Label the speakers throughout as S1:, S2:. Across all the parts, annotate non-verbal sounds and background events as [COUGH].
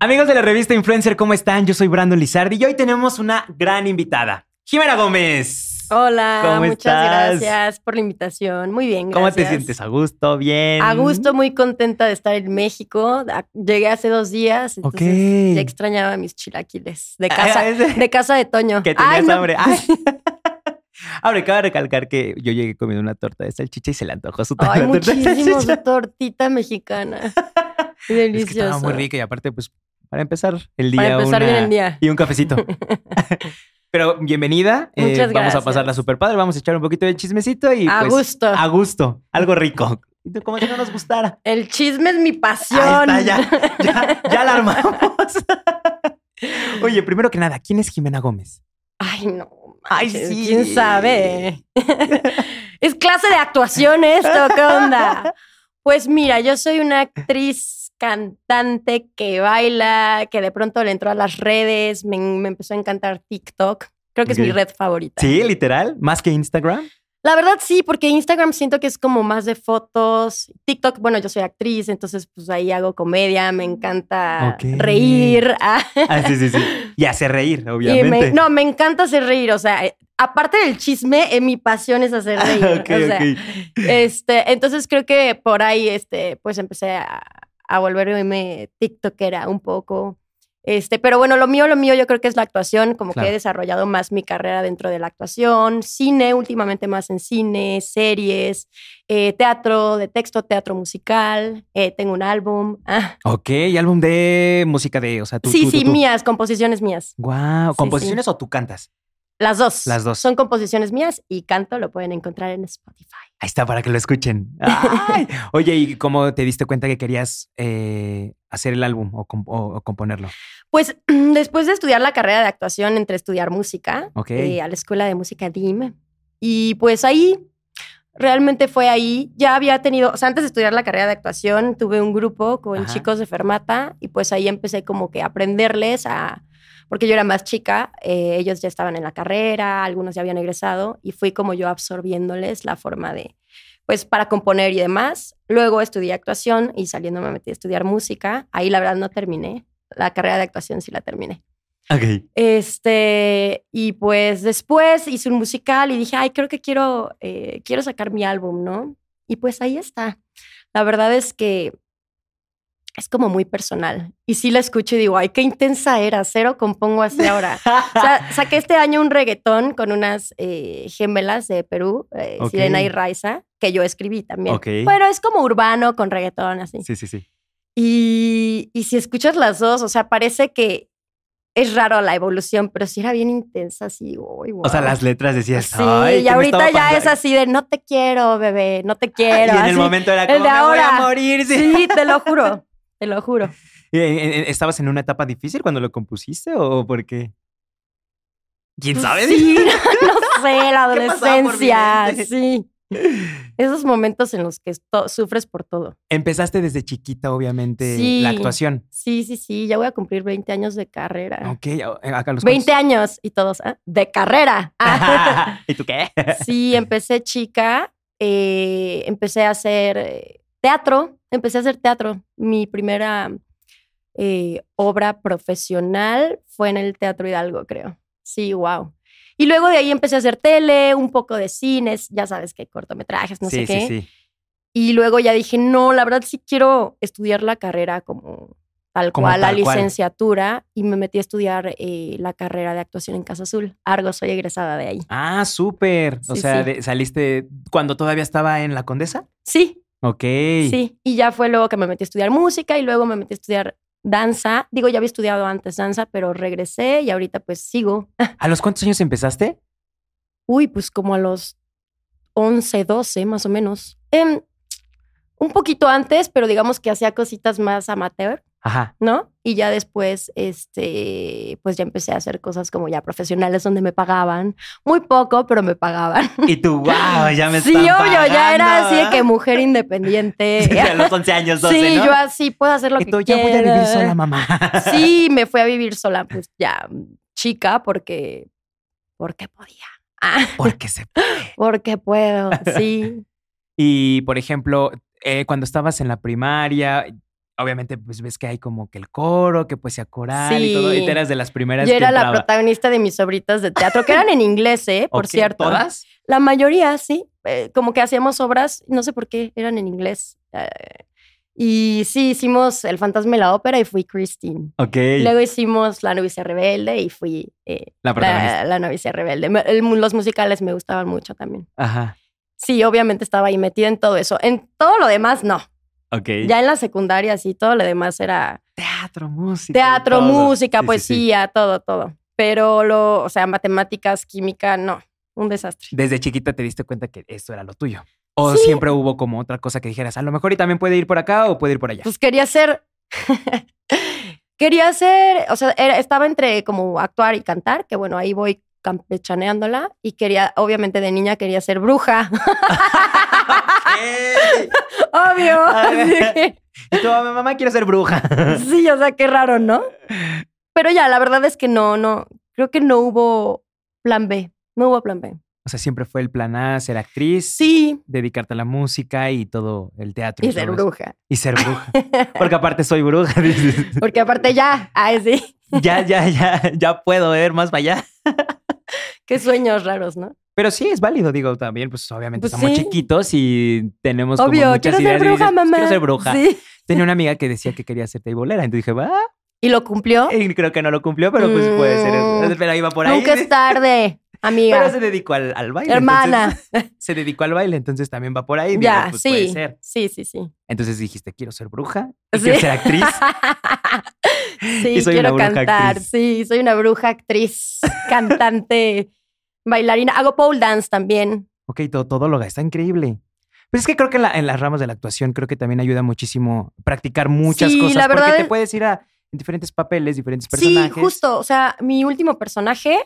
S1: Amigos de la revista Influencer, ¿cómo están? Yo soy Brandon Lizardi y hoy tenemos una gran invitada, Jimena Gómez.
S2: Hola,
S1: ¿Cómo
S2: muchas
S1: estás?
S2: gracias por la invitación. Muy bien, gracias.
S1: ¿Cómo te sientes? Em. ¿A gusto? ¿Bien?
S2: A gusto, muy contenta de estar en México. A- Llegué hace dos días, entonces
S1: Ok.
S2: ya extrañaba mis chilaquiles de
S1: Ah,
S2: casa,
S1: ese-
S2: de casa de Toño.
S1: Que
S2: Ay,
S1: tenías
S2: no. [LAUGHS]
S1: hambre. Ay. [LAUGHS] Ahora, cabe recalcar que yo llegué comiendo una torta de salchicha y se le antojó su [LAUGHS] torta,
S2: Ay,
S1: la torta de
S2: muchísimo su
S1: salchicha.
S2: tortita mexicana.
S1: Es que estaba
S2: Delicioso.
S1: muy rica y aparte, pues, para empezar el día.
S2: Para empezar bien
S1: una-
S2: el día.
S1: Y un
S2: [LAUGHS]
S1: cafecito. Pero bienvenida. eh,
S2: Muchas
S1: Vamos a
S2: gracias.
S1: pasarla súper padre. Vamos a echar un poquito de chismecito y
S2: A
S1: pues,
S2: gusto.
S1: A gusto. Algo rico. Como si no nos gustara.
S2: El chisme es mi
S1: Ahí
S2: pasión.
S1: está, ya, ya, ya
S2: [LAUGHS]
S1: la armamos. [LAUGHS] Oye, primero que nada, ¿quién es Jimena Gómez?
S2: Ay, no.
S1: Ay,
S2: manches,
S1: sí.
S2: ¿Quién sabe? es clase de actuación esto,
S1: [LAUGHS]
S2: ¿qué onda? Pues mira, yo soy una actriz cantante que baila, que de pronto le entró a las redes, me, me empezó a encantar TikTok. Creo que es mi
S1: Ok.
S2: red favorita.
S1: Sí, literal, más que Instagram.
S2: La verdad sí, porque Instagram siento que es como más de fotos. TikTok, bueno, yo soy actriz, entonces pues ahí hago comedia, me encanta
S1: Ok.
S2: reír. [LAUGHS] ah.
S1: Ah, sí, sí, sí. Y hace reír,
S2: [LAUGHS] Y
S1: obviamente.
S2: me- no, me encanta hacer reír. O sea, eh, aparte del chisme, eh, mi pasión es hacer reír.
S1: [LAUGHS] [LAUGHS] Ok,
S2: o sea,
S1: ok.
S2: este, entonces creo que por ahí, este, pues empecé a, a volverme TikTokera un poco. Este, pero bueno, lo mío, lo mío, yo creo que es la actuación, como
S1: Claro.
S2: que he desarrollado más mi carrera dentro de la actuación, cine, últimamente más en cine, series, eh, teatro de texto, teatro musical, eh, tengo un álbum. [LAUGHS] Ah,
S1: Ok, y álbum de música de, o sea, tú.
S2: sí, sí, mías, composiciones mías.
S1: Wow,
S2: Sí,
S1: ¿composiciones o tú cantas?
S2: Las dos.
S1: Las dos.
S2: Son composiciones mías y canto lo pueden encontrar en Spotify.
S1: Ahí está para que lo escuchen.
S2: [LAUGHS]
S1: Ay. Oye, ¿y cómo te diste cuenta que querías eh, hacer el álbum o, comp- o- o componerlo?
S2: Pues [CLEARS THROAT] después de estudiar la carrera de actuación, entre estudiar música
S1: Ok.
S2: eh, a la escuela de música DIM. Y pues ahí, realmente fue ahí. Ya había tenido, o sea, antes de estudiar la carrera de actuación, tuve un grupo con
S1: Ajá.
S2: chicos de Fermata y pues ahí empecé como que a aprenderles a. Porque yo era más chica, eh, ellos ya estaban en la carrera, algunos ya habían egresado y fui como yo absorbiéndoles la forma de, pues para componer y demás. Luego estudié actuación y saliendo me metí a estudiar música. Ahí la verdad no terminé. La carrera de actuación sí la terminé. [LAUGHS]
S1: Ok.
S2: Este, y pues después hice un musical y dije, ay, creo que quiero, eh, quiero sacar mi álbum, ¿no? Y pues ahí está. La verdad es que es como muy personal. Y sí la escucho y digo, ay, qué intensa era, cero compongo así
S1: [LAUGHS]
S2: ahora. O
S1: Ah.
S2: sea, saqué este año un reggaetón con unas eh, gemelas de Perú, eh,
S1: Ok.
S2: Sirena y Raiza, que yo escribí también.
S1: Ok.
S2: Pero es como urbano con reggaetón, así.
S1: Sí, sí, sí.
S2: Y, y si escuchas las dos, o sea, parece que es raro la evolución, pero sí era bien intensa, así, uy,
S1: O sea,
S2: guau.
S1: las letras decías.
S2: Sí,
S1: "Ay,
S2: y
S1: ¿qué me
S2: ahorita
S1: estaba
S2: ya
S1: pasando?"
S2: es así de no te quiero, bebé, no te
S1: [LAUGHS]
S2: quiero.
S1: Y en el
S2: así.
S1: momento era
S2: el
S1: como,
S2: de
S1: "Me voy
S2: ahora".
S1: a morir. sí".
S2: Sí, te lo juro, te lo juro.
S1: Eh, eh, eh, ¿Estabas en una etapa difícil cuando lo compusiste o por qué? ¿Quién sabe?
S2: Pues Sí, [LAUGHS] no sé, la
S1: ¿Qué pasaba por mi
S2: adolescencia,
S1: mente?
S2: sí. Esos momentos en los que esto- sufres por todo.
S1: [LAUGHS] Empezaste desde chiquita, obviamente,
S2: Sí.
S1: la actuación.
S2: Sí, sí, sí, ya voy a cumplir 20 años de carrera.
S1: Ok, a- acá los
S2: 20 años y todos, ¿ah?
S1: [LAUGHS]
S2: de carrera. Ah.
S1: cuentos. ¿Y tú qué?
S2: Sí, empecé chica, eh, empecé a hacer eh, teatro, empecé a hacer teatro. Mi primera eh, obra profesional fue en el Teatro Hidalgo, creo. Sí, wow. Y luego de ahí empecé a hacer tele, un poco de cines, ya sabes que cortometrajes, [LAUGHS] no
S1: sí,
S2: sé qué.
S1: sí, sí.
S2: Y luego ya dije, no, la verdad sí quiero estudiar la carrera como tal
S1: Como
S2: cual, la
S1: tal cual.
S2: licenciatura, y me metí a estudiar eh, la carrera de actuación en Casa Azul. Argo, soy egresada de ahí.
S1: Ah, súper. o
S2: Sí,
S1: sea,
S2: sí.
S1: de- saliste cuando todavía estaba en la condesa.
S2: Sí,
S1: Ok.
S2: Sí, y ya fue luego que me metí a estudiar música y luego me metí a estudiar danza. Digo, ya había estudiado antes danza, pero regresé y ahorita pues sigo.
S1: ¿A los cuántos años empezaste?
S2: Uy, pues como a los 11, 12 más o menos. Em, un poquito antes, pero digamos que hacía cositas más amateur,
S1: Ajá.
S2: ¿no? Y ya después, este, pues ya empecé a hacer cosas como ya profesionales donde me pagaban. Muy poco, pero me pagaban.
S1: Y
S2: [LAUGHS]
S1: tú, wow, ya me
S2: sí,
S1: están
S2: obvio, ya era
S1: pagando,
S2: así de que
S1: ¿verdad?
S2: mujer [LAUGHS] independiente.
S1: [LAUGHS] Sí, a los 11 años, 12,
S2: sí,
S1: ¿no?
S2: yo así puedo hacer lo
S1: Y tú,
S2: que ¿eh?".
S1: ya
S2: quiera.
S1: voy a vivir sola,
S2: [LAUGHS]
S1: mamá.
S2: Sí, me fui a vivir sola, pues ya mm, chica, porque porque podía, Ah,
S1: Porque se
S2: porque puedo, sí.
S1: [LAUGHS] Y, por ejemplo, eh, cuando estabas en la primaria, obviamente pues ves que hay como que el coro, que pues se acorar y todo. Y
S2: Sí.
S1: te eras de las primeras
S2: Yo
S1: que
S2: era la
S1: entraba.
S2: protagonista de mis obritas de teatro, que eran en inglés,
S1: [LAUGHS]
S2: ¿eh? Por
S1: Ok,
S2: cierto.
S1: ¿Todas?
S2: La mayoría, sí. Eh, como que hacíamos obras, no sé por qué, eran en inglés. Eh, y sí, hicimos El Fantasma y la Ópera y fui Christine.
S1: Ok.
S2: Luego hicimos La novicia rebelde y fui eh,
S1: la protagonista.
S2: la, la novicia rebelde. Me- el mu- los musicales me gustaban mucho también.
S1: Ajá.
S2: Sí, obviamente estaba ahí metida en todo eso. En todo lo demás, no.
S1: Ok.
S2: Ya en la secundaria, sí, todo lo demás era
S1: Teatro, música.
S2: teatro,
S1: todo.
S2: música, pues
S1: Sí, sí, sí.
S2: poesía, todo, todo. Pero lo, o sea, matemáticas, química, no. Un desastre.
S1: Desde chiquita te diste cuenta que esto era lo tuyo. O
S2: Sí.
S1: siempre hubo como otra cosa que dijeras, a lo mejor y también puede ir por acá o puede ir por allá. [LAUGHS]
S2: Pues quería ser. [LAUGHS] quería ser. O sea, era- estaba entre como actuar y cantar, que bueno, ahí voy campechaneándola. Y quería, obviamente de niña quería ser bruja. [LAUGHS] ah.
S1: [LAUGHS]
S2: Obvio.
S1: Ay, Y tú, "Mamá, mamá, quiero ser bruja. [LAUGHS]
S2: Sí. [LAUGHS] Sí, o sea, qué raro, ¿no? Pero ya, la verdad es que no, no. Creo que no hubo plan B. No hubo plan B.
S1: O sea, siempre fue el plan A, ser actriz,
S2: Sí.
S1: dedicarte a la música y todo el teatro.
S2: Y ser
S1: todo eso.
S2: bruja.
S1: Y ser
S2: [LAUGHS]
S1: bruja. Porque aparte soy bruja. [LAUGHS] dices.
S2: Porque aparte ya, [LAUGHS] ay, sí.
S1: ya, ya, ya, ya puedo ver más para allá.
S2: Qué sueños raros, ¿no?
S1: Pero sí, es válido, digo, también, pues obviamente
S2: Pues
S1: estamos
S2: sí.
S1: chiquitos y tenemos como
S2: Obvio,
S1: muchas
S2: quiero ser
S1: ideas y
S2: bruja,
S1: dices, "Pues,
S2: mamá.
S1: Quiero ser bruja.
S2: Sí. [LAUGHS]
S1: Tenía una amiga que decía que quería ser teibolera, entonces dije, va,
S2: Y lo cumplió.
S1: Y creo que no lo cumplió, pero pues puede ser.
S2: Mm.
S1: Pero iba Eh, por ahí.
S2: Nunca
S1: [LAUGHS]
S2: es tarde,
S1: Pero
S2: amiga,
S1: se dedicó al, al baile.
S2: hermana.
S1: [LAUGHS] entonces- se dedicó al baile, entonces también va por ahí. Digo,
S2: Ya,
S1: pues, puede
S2: sí.
S1: ser.
S2: Sí, sí, sí.
S1: Entonces dijiste, quiero ser bruja, y
S2: Sí.
S1: quiero ser
S2: [LAUGHS]
S1: actriz.
S2: Sí,
S1: Y soy una
S2: quiero
S1: bruja
S2: cantar.
S1: actriz.
S2: Sí, soy una bruja actriz, cantante, bailarina. Hago pole dance también.
S1: ok, todo, todóloga, está increíble. Pero es que creo que en, la- en las ramas de la actuación creo que también ayuda muchísimo practicar muchas
S2: Sí,
S1: cosas.
S2: la verdad
S1: porque te
S2: es-
S1: puedes ir a diferentes papeles, diferentes personajes.
S2: Sí, justo. O sea, mi último personaje,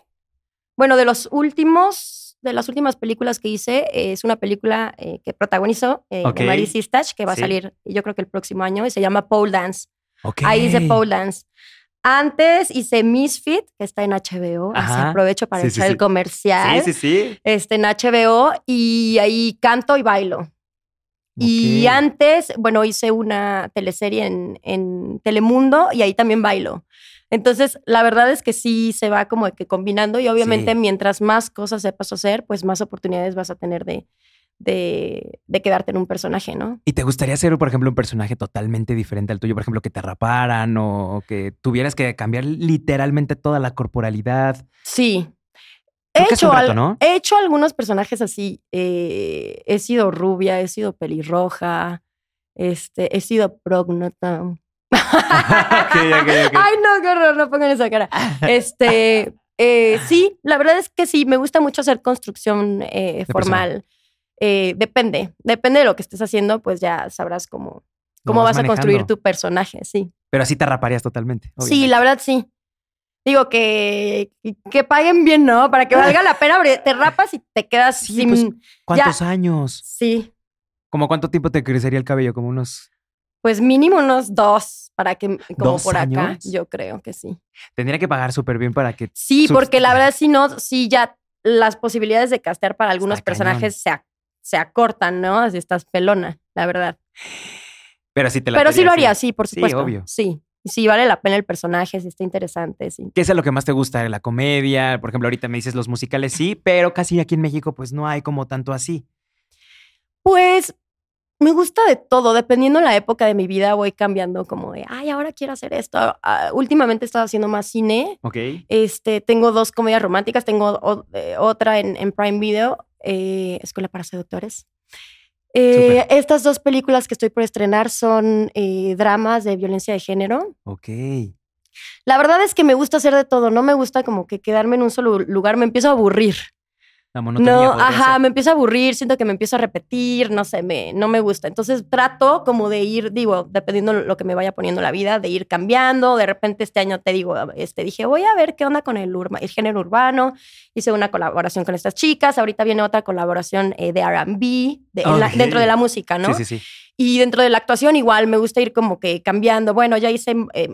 S2: bueno, de los últimos, de las últimas películas que hice, eh, es una película eh, que protagonizó eh,
S1: Ok.
S2: de Marie Sistach, que va
S1: Sí.
S2: a salir yo creo que el próximo año, y se llama Pole Dance.
S1: Ok.
S2: Ahí hice pole dance. Antes hice Misfit, que está en HBO. así
S1: Ajá.
S2: aprovecho para
S1: Sí, sí,
S2: echar
S1: sí.
S2: el comercial.
S1: Sí, sí, sí.
S2: Este, en HBO. Y ahí canto y bailo. Y
S1: Ok.
S2: antes, bueno, hice una teleserie en, en Telemundo y ahí también bailo. Entonces, la verdad es que sí se va como que combinando y obviamente
S1: Sí.
S2: mientras más cosas sepas hacer, pues más oportunidades vas a tener de, de, de quedarte en un personaje, ¿no?
S1: ¿Y te gustaría ser, por ejemplo, un personaje totalmente diferente al tuyo? Por ejemplo, que te raparan o que tuvieras que cambiar literalmente toda la corporalidad.
S2: Sí. He
S1: Creo que es
S2: hecho,
S1: un
S2: al-
S1: reto,
S2: [LAUGHS]
S1: ¿no? [LAUGHS]
S2: he hecho algunos personajes así. eh, he sido rubia, he sido pelirroja, este, he sido prognata.
S1: [LAUGHS]
S2: Ay, no, qué horror, no pongan esa cara. Este, eh, sí, la verdad es que sí, me gusta mucho hacer construcción eh,
S1: persona.
S2: formal. Eh, depende, depende de lo que estés haciendo, pues ya sabrás cómo, cómo vas, a construir tu personaje, sí.
S1: Pero así te raparías totalmente.
S2: Sí, la verdad sí. Digo que, que paguen bien, ¿no? Para que valga la pena, porque te rapas y te quedas
S1: Sí,
S2: sin.
S1: pues- ¿Cuántos años?
S2: Sí,
S1: ¿Como cuánto tiempo te crecería el cabello? Como unos.
S2: pues mínimo unos dos para que, como
S1: ¿Dos
S2: por acá,
S1: años?
S2: yo creo que sí.
S1: Tendría que pagar súper bien para que.
S2: Sí,
S1: Subst-
S2: porque la verdad, si no, sí ya las posibilidades de castear para algunos
S1: Está
S2: personajes se, ac- se acortan, ¿no? Si estás pelona, la verdad.
S1: Pero sí te la
S2: Pero sí lo haría,
S1: harías.
S2: sí, por
S1: Sí,
S2: supuesto. Sí,
S1: obvio.
S2: Sí. Sí, vale la pena el personaje, si está interesante, sí.
S1: ¿Qué es lo que más te gusta? ¿La comedia? Por ejemplo, ahorita me dices los musicales, sí, pero casi aquí en México, pues no hay como tanto así.
S2: Pues me gusta de todo, dependiendo la época de mi vida voy cambiando como de, ay, ahora quiero hacer esto. Ah, últimamente he estado haciendo más cine,
S1: Ok.
S2: Este, tengo dos comedias románticas, tengo o- eh, otra en, en Prime Video, eh, Escuela para Seductores. Eh, estas dos películas que estoy por estrenar son eh, dramas de violencia de género.
S1: Ok.
S2: La verdad es que me gusta hacer de todo, no me gusta como que quedarme en un solo lugar, me empiezo a aburrir.
S1: La
S2: No,
S1: monotonía. podría
S2: ajá,
S1: ser.
S2: me empiezo a aburrir, siento que me empiezo a repetir, no sé, me, no me gusta. Entonces trato como de ir, digo, dependiendo lo que me vaya poniendo la vida, de ir cambiando. De repente este año te digo, este, dije, voy a ver qué onda con el, urba- el género urbano. Hice una colaboración con estas chicas, ahorita viene otra colaboración eh, de RB, de- en la-
S1: Ok.
S2: dentro de la música, ¿no?
S1: Sí, sí, sí.
S2: Y dentro de la actuación igual me gusta ir como que cambiando. Bueno, ya hice eh,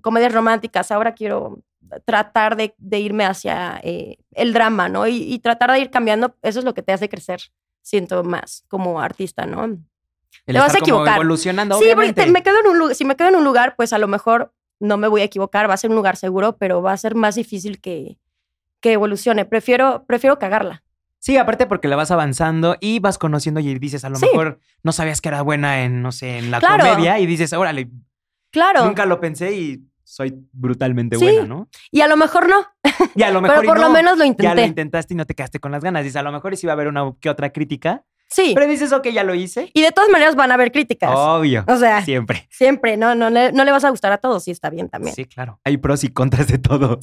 S2: comedias románticas, ahora quiero tratar de, de irme hacia eh, el drama, ¿no? Y, y tratar de ir cambiando, eso es lo que te hace crecer, siento más como artista, ¿no?
S1: El
S2: Te
S1: estar
S2: vas a
S1: como
S2: equivocar.
S1: evolucionando,
S2: sí, porque
S1: obviamente.
S2: te- me quedo en un lugar, si me quedo en un lugar, pues a lo mejor no me voy a equivocar, va a ser un lugar seguro, pero va a ser más difícil que, que evolucione. Prefiero, prefiero cagarla.
S1: Sí, aparte porque la vas avanzando y vas conociendo y dices, a lo
S2: Sí.
S1: mejor no sabías que era buena en, no sé, en la
S2: Claro.
S1: comedia y dices, órale,
S2: Claro.
S1: nunca lo pensé y soy brutalmente
S2: Sí.
S1: buena,
S2: [LAUGHS]
S1: ¿no?
S2: Y a lo mejor no,
S1: Y a lo mejor
S2: pero
S1: y
S2: por lo
S1: no,
S2: menos lo
S1: ya lo
S2: intenté.
S1: intentaste y no te quedaste con las ganas. Dices, a lo mejor y sí va a haber una que otra crítica,
S2: sí.
S1: pero Oh. dices, ok, ya lo hice.
S2: Y de todas maneras van a haber críticas.
S1: Obvio,
S2: o sea,
S1: siempre.
S2: siempre, no, no, le, no le vas a gustar a todos y está bien también. Sí.
S1: Sí, claro. Hay pros y contras de todo.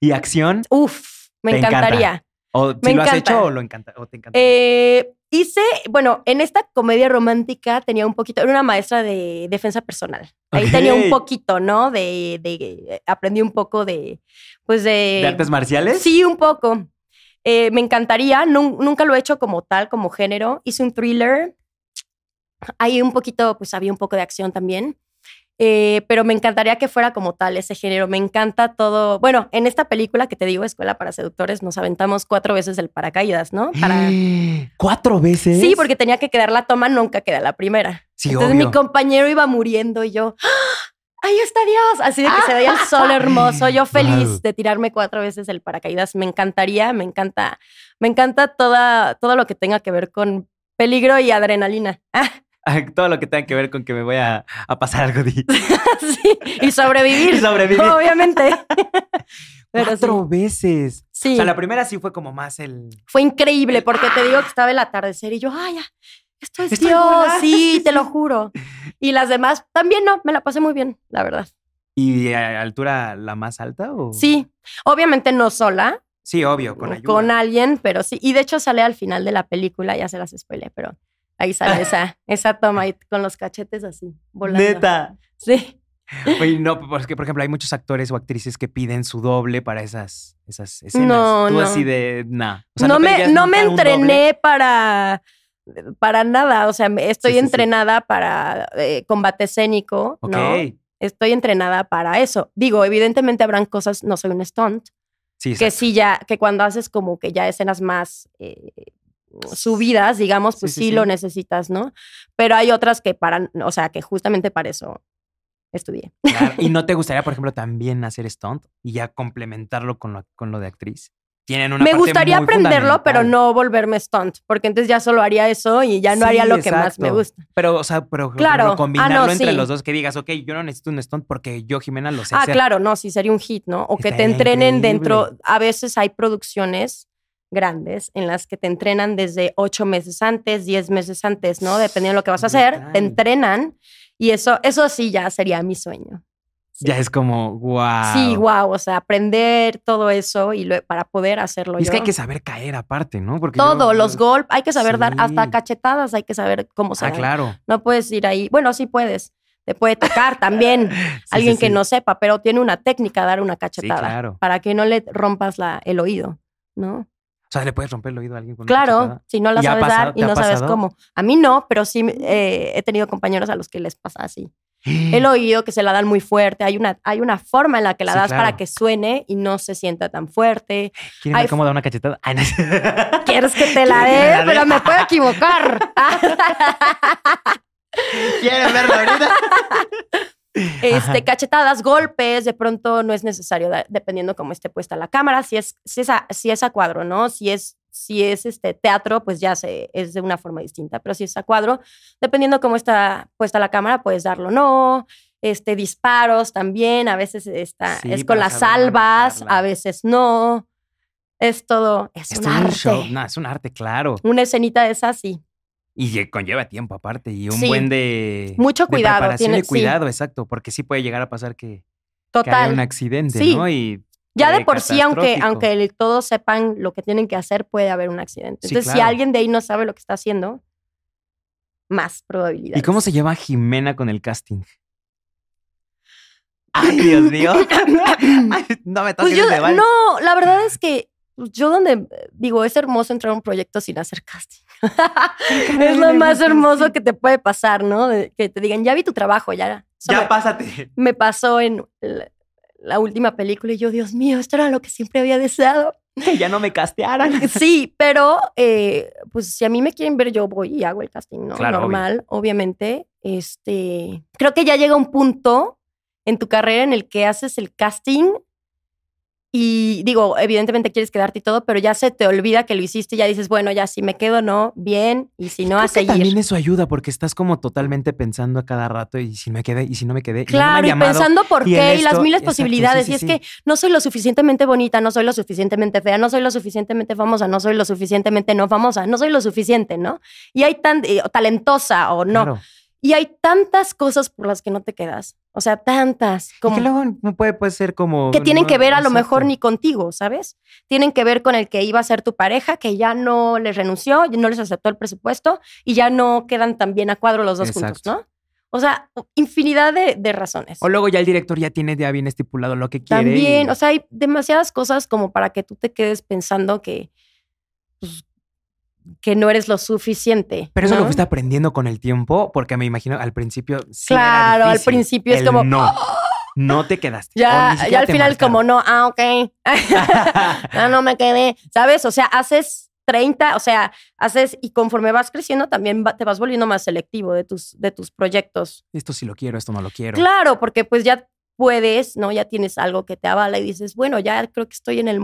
S1: Y acción,
S2: Uf, me
S1: Te encanta.
S2: encantaría.
S1: o si
S2: Me
S1: lo has
S2: encanta.
S1: hecho o, lo encanta, o te encanta.
S2: Eh, hice, bueno, en esta comedia romántica tenía un poquito, era una maestra de defensa personal. Ahí
S1: Ok.
S2: tenía un poquito, ¿no? De, de- aprendí un poco de, pues de...
S1: ¿De artes marciales?
S2: Sí, un poco. Eh, me encantaría, nun- nunca lo he hecho como tal, como género. Hice un thriller. Ahí un poquito, pues había un poco de acción también. Eh, pero me encantaría que fuera como tal ese género. Me encanta todo. Bueno, en esta película que te digo, Escuela para Seductores, nos aventamos cuatro veces el paracaídas, ¿no? Para...
S1: [GASPS] ¿Cuatro veces?
S2: Sí, porque tenía que quedar la toma, nunca queda la primera.
S1: Sí,
S2: Entonces
S1: obvio. [LAUGHS]
S2: mi compañero iba muriendo y yo, ¡Ah! ¡ahí está Dios! Así de
S1: Ah.
S2: que se veía el sol hermoso, yo feliz
S1: Wow.
S2: de tirarme cuatro veces el paracaídas. Me encantaría, me encanta, me encanta toda, todo lo que tenga que ver con peligro y adrenalina. [LAUGHS] Ah,
S1: Todo lo que tenga que ver con que me voy a, a pasar algo
S2: [LAUGHS]
S1: de...
S2: sí, y
S1: y
S2: sobrevivir,
S1: sobrevivir.
S2: obviamente.
S1: [LAUGHS]
S2: Pero sí.
S1: Cuatro veces.
S2: sí,
S1: O sea, la primera sí fue como más el.
S2: fue increíble porque te digo que estaba el atardecer y yo, ¡ay, ya! Esto es
S1: Estoy
S2: Dios,
S1: volando.
S2: sí, te lo juro. Y las demás también no, me la pasé muy bien, la verdad.
S1: ¿Y eh, a altura la más alta? O?
S2: Sí, obviamente no sola,
S1: Sí, obvio, con
S2: con,
S1: ayuda.
S2: alguien, pero sí. Y de hecho sale al final de la película, ya se las spoilé, pero
S1: [LAUGHS]
S2: ahí sale esa, esa toma ahí con los cachetes así, volando.
S1: Neta.
S2: Sí.
S1: Oye, no, porque por ejemplo hay muchos actores o actrices que piden su doble para esas, esas escenas.
S2: No,
S1: Tú
S2: no.
S1: así de, nah. O sea,
S2: no, me,
S1: pedirías
S2: no me
S1: nunca un doble?
S2: entrené para, para nada, o sea, me- estoy
S1: Sí, sí, sí.
S2: entrenada para eh, combate escénico,
S1: Ok.
S2: ¿no? Estoy entrenada para eso. Digo, evidentemente habrán cosas, no soy un stunt,
S1: Sí,
S2: que
S1: exacto.
S2: sí ya, que cuando haces como que ya escenas más eh, subidas, digamos,
S1: Sí,
S2: pues sí,
S1: sí, sí.
S2: lo necesitas, ¿no? Pero hay otras que para, o sea, que justamente para eso estudié.
S1: Claro. ¿Y no te gustaría, por ejemplo, también hacer stunt y ya complementarlo con lo, con lo de actriz? Tienen una
S2: me
S1: parte
S2: gustaría
S1: muy
S2: aprenderlo, pero
S1: fundamental.
S2: no volverme stunt, porque entonces ya solo haría eso y ya no
S1: Sí,
S2: haría lo que más
S1: exacto.
S2: me gusta.
S1: Pero, o sea, pero
S2: Claro.
S1: claro.
S2: Ah,
S1: combinarlo
S2: no,
S1: entre
S2: sí.
S1: los dos, que digas, ok, yo no necesito un stunt porque yo, Jimena, lo sé
S2: ah,
S1: hacer.
S2: claro, no, sí sería un hit, ¿no? O que te
S1: Estaría
S2: entrenen
S1: increíble.
S2: dentro. A veces hay producciones grandes en las que te entrenan desde ocho meses antes, diez meses antes, ¿no? Dependiendo de lo que vas a hacer, te
S1: Brutal.
S2: entrenan y eso, eso sí ya sería mi sueño.
S1: Ya es como, wow.
S2: Sí, wow, o sea, aprender todo eso y lo- para poder hacerlo.
S1: Y es que hay
S2: yo.
S1: que saber caer aparte, ¿no? Porque
S2: todo,
S1: yo-
S2: los golpes, hay que saber dar
S1: Sí.
S2: hasta cachetadas, hay que saber cómo se
S1: Ah,
S2: dan. [LAUGHS]
S1: claro.
S2: No puedes ir ahí, bueno, sí puedes, te puede tocar también
S1: [LAUGHS] Sí,
S2: alguien
S1: sí,
S2: que
S1: sí.
S2: no sepa, pero tiene una técnica dar una
S1: Sí,
S2: cachetada
S1: claro.
S2: para que no le rompas la, el oído, ¿no?
S1: O sea, le puedes romper el oído a alguien con una
S2: Claro,
S1: cachetada?
S2: si no la
S1: ¿Y ha
S2: sabes
S1: pasado?
S2: dar y
S1: ¿Te ha
S2: no sabes
S1: pasado?
S2: cómo. A mí no, pero sí eh, he tenido compañeros a los que les pasa así.
S1: Mm.
S2: El oído que se la dan muy fuerte, hay una, hay una forma en la que la
S1: Sí,
S2: das
S1: claro.
S2: para que suene y no se sienta tan fuerte.
S1: ¿Quieren ver
S2: Ay,
S1: cómo da una cachetada? Ah, no. [LAUGHS]
S2: ¿Quieres que
S1: ¿Quieres
S2: te la
S1: que
S2: dé?
S1: la dé?
S2: Pero me puedo
S1: [LAUGHS]
S2: equivocar.
S1: ¿Quieren verlo ahorita?
S2: este, cachetadas, golpes, de pronto no es necesario, da- dependiendo cómo esté puesta la cámara, si es, si es, a, si es a cuadro, ¿no? Si es, si es este teatro, pues ya se, es de una forma distinta, pero si es a cuadro, dependiendo cómo está puesta la cámara, puedes darlo o no. Este, disparos también, a veces está,
S1: Sí,
S2: es con
S1: para
S2: las
S1: saber
S2: salvas,
S1: manejarla.
S2: a veces no. Es todo, [LAUGHS] es
S1: Es
S2: un
S1: todo un
S2: arte.
S1: show. No, es un arte, claro.
S2: Una escenita de esas, sí.
S1: Y que conlleva tiempo aparte y un
S2: Sí.
S1: buen de.
S2: Mucho
S1: de
S2: cuidado,
S1: preparación
S2: tiene-
S1: y
S2: sí.
S1: cuidado, exacto. Porque sí puede llegar a pasar que, que haya
S2: Total.
S1: un accidente,
S2: Sí.
S1: ¿no? Y
S2: Ya
S1: Eh,
S2: de por sí, aunque,
S1: catastrófico.
S2: aunque el- todos sepan lo que tienen que hacer, puede haber un accidente.
S1: Sí,
S2: Entonces, si
S1: claro.
S2: alguien de ahí no sabe lo que está haciendo, más probabilidades.
S1: ¿Y cómo se lleva Jimena con el casting? [LAUGHS] Ay, Dios mío. [LAUGHS] Ay, no me
S2: Pues
S1: toques
S2: yo,
S1: ese vals.
S2: no, la
S1: [LAUGHS]
S2: verdad es que yo donde eh, digo, es hermoso entrar a un proyecto sin hacer
S1: [LAUGHS]
S2: casting. es lo más hermoso que te puede pasar, ¿no? De- Que te digan, ya vi tu trabajo, ya. Eso
S1: Ya
S2: me-
S1: pásate. [LAUGHS]
S2: me pasó en la, la última película y yo, Dios mío, esto era lo que siempre había deseado.
S1: Que ya no me
S2: [LAUGHS]
S1: castearan.
S2: Sí, pero eh, pues si a mí me quieren ver, yo voy y hago el casting, ¿no?
S1: Claro,
S2: Normal, obviamente. Este, creo que ya llega un punto en tu carrera en el que haces el casting y digo, evidentemente quieres quedarte y todo, pero ya se te olvida que lo hiciste y ya dices, bueno, ya si me quedo, no, bien, y si no,
S1: Creo
S2: a
S1: que
S2: seguir.
S1: también eso ayuda porque estás como totalmente pensando a cada rato y si me quedé y si no me quedé.
S2: Claro, y,
S1: y, no me han llamado.
S2: pensando por
S1: y en
S2: qué y las
S1: esto,
S2: miles
S1: exacto,
S2: posibilidades.
S1: sí, sí,
S2: y es que no soy lo suficientemente bonita, no soy lo suficientemente fea, no soy lo suficientemente famosa, no soy lo suficientemente no famosa, no soy lo suficiente, ¿no? Y hay tan eh, o talentosa o no.
S1: Claro.
S2: Y hay tantas cosas por las que no te quedas. O sea, tantas.
S1: Y
S2: Como
S1: que luego no puede, puede ser como.
S2: que tienen
S1: no,
S2: que ver a lo
S1: exacto.
S2: mejor ni contigo, ¿sabes? Tienen que ver con el que iba a ser tu pareja, que ya no les renunció, no les aceptó el presupuesto y ya no quedan tan bien a cuadro los dos juntos,
S1: Exacto.
S2: ¿no? O sea, infinidad de, de razones.
S1: O luego ya el director ya tiene ya bien estipulado lo que quiere.
S2: También,
S1: y-
S2: o sea, hay demasiadas cosas como para que tú te quedes pensando que, pues, que no eres lo suficiente.
S1: Pero eso
S2: ¿no?
S1: lo fuiste aprendiendo con el tiempo, porque me imagino al principio. sí era
S2: Claro, al
S1: difícil.
S2: principio es
S1: El
S2: como, ¡Oh!
S1: No, no te quedaste. o
S2: Ya,
S1: ni siquiera
S2: ya al
S1: te
S2: final,
S1: marcaron.
S2: como no, ah, ok. [LAUGHS] ah, no me quedé. ¿Sabes? O sea, haces 30, o sea, haces, y conforme vas creciendo, también va- te vas volviendo más selectivo de tus, de tus proyectos.
S1: [LAUGHS] Esto sí lo quiero, esto no lo quiero.
S2: Claro, porque pues ya puedes, ¿no? Ya tienes algo que te avala y dices, bueno, ya creo que estoy en el,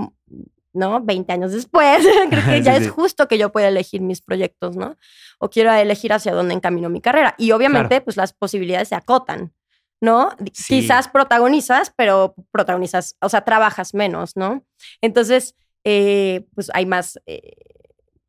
S2: ¿no? 20 años después, [LAUGHS] creo
S1: [LAUGHS]
S2: que
S1: Sí,
S2: ya
S1: sí.
S2: es justo que yo pueda elegir mis proyectos, ¿no? O quiero elegir hacia dónde encamino mi carrera. Y obviamente, pues las posibilidades se acotan, ¿no? Di-
S1: Sí.
S2: Quizás protagonizas, pero protagonizas, o sea, trabajas menos, ¿no? Entonces, eh, pues hay más... eh,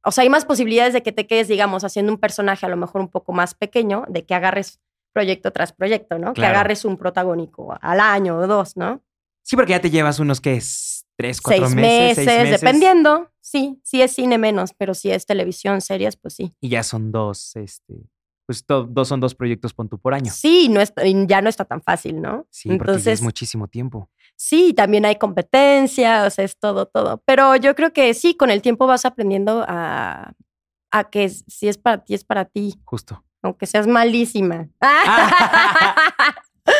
S2: o sea, hay más posibilidades de que te quedes, digamos, haciendo un personaje a lo mejor un poco más pequeño, de que agarres proyecto tras proyecto, ¿no? Que
S1: Claro.
S2: agarres un protagónico al año o dos, ¿no?
S1: Sí, porque ya te llevas unos que es tres, cuatro
S2: seis
S1: meses,
S2: meses,
S1: seis meses.
S2: dependiendo. Sí, sí es cine menos, pero si es televisión, series, pues sí.
S1: Y ya son dos, este. Pues to- dos son dos proyectos pon tú por año.
S2: Sí, no está- y ya no está tan fácil, ¿no?
S1: Sí, porque ya es muchísimo tiempo.
S2: sí, también hay competencia, o sea, es todo, todo. Pero yo creo que sí, con el tiempo vas aprendiendo a, a que si es para ti, es para ti, [LAUGHS]
S1: Justo.
S2: aunque seas
S1: [LAUGHS]
S2: malísima.
S1: Sí,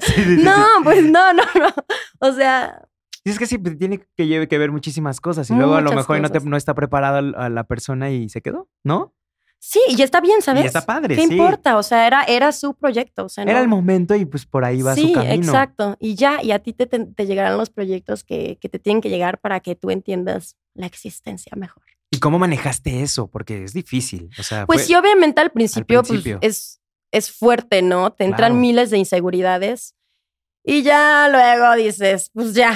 S1: sí, sí,
S2: No,
S1: sí.
S2: pues no, no, no. O sea,
S1: Y es que sí, pues, tiene que, lleve- que ver muchísimas cosas. Y luego a lo
S2: Muchas
S1: mejor no, te-
S2: cosas.
S1: no está preparada l- a la persona y se quedó, ¿no?
S2: sí, y está bien, ¿sabes?
S1: Y está padre,
S2: ¿Qué
S1: sí.
S2: importa? O sea, era, era su proyecto. O sea,
S1: Era
S2: no-
S1: el momento y pues por ahí va
S2: sí,
S1: su camino.
S2: exacto. Y ya, y a ti te, te- te llegarán los proyectos que, que te tienen que llegar para que tú entiendas la existencia mejor.
S1: ¿Y cómo manejaste eso? Porque es difícil. O sea,
S2: Pues
S1: fue-
S2: sí, obviamente al principio, pues,
S1: principio.
S2: es, es fuerte, ¿no? Te entran
S1: Claro.
S2: miles de inseguridades y ya luego dices, pues ya,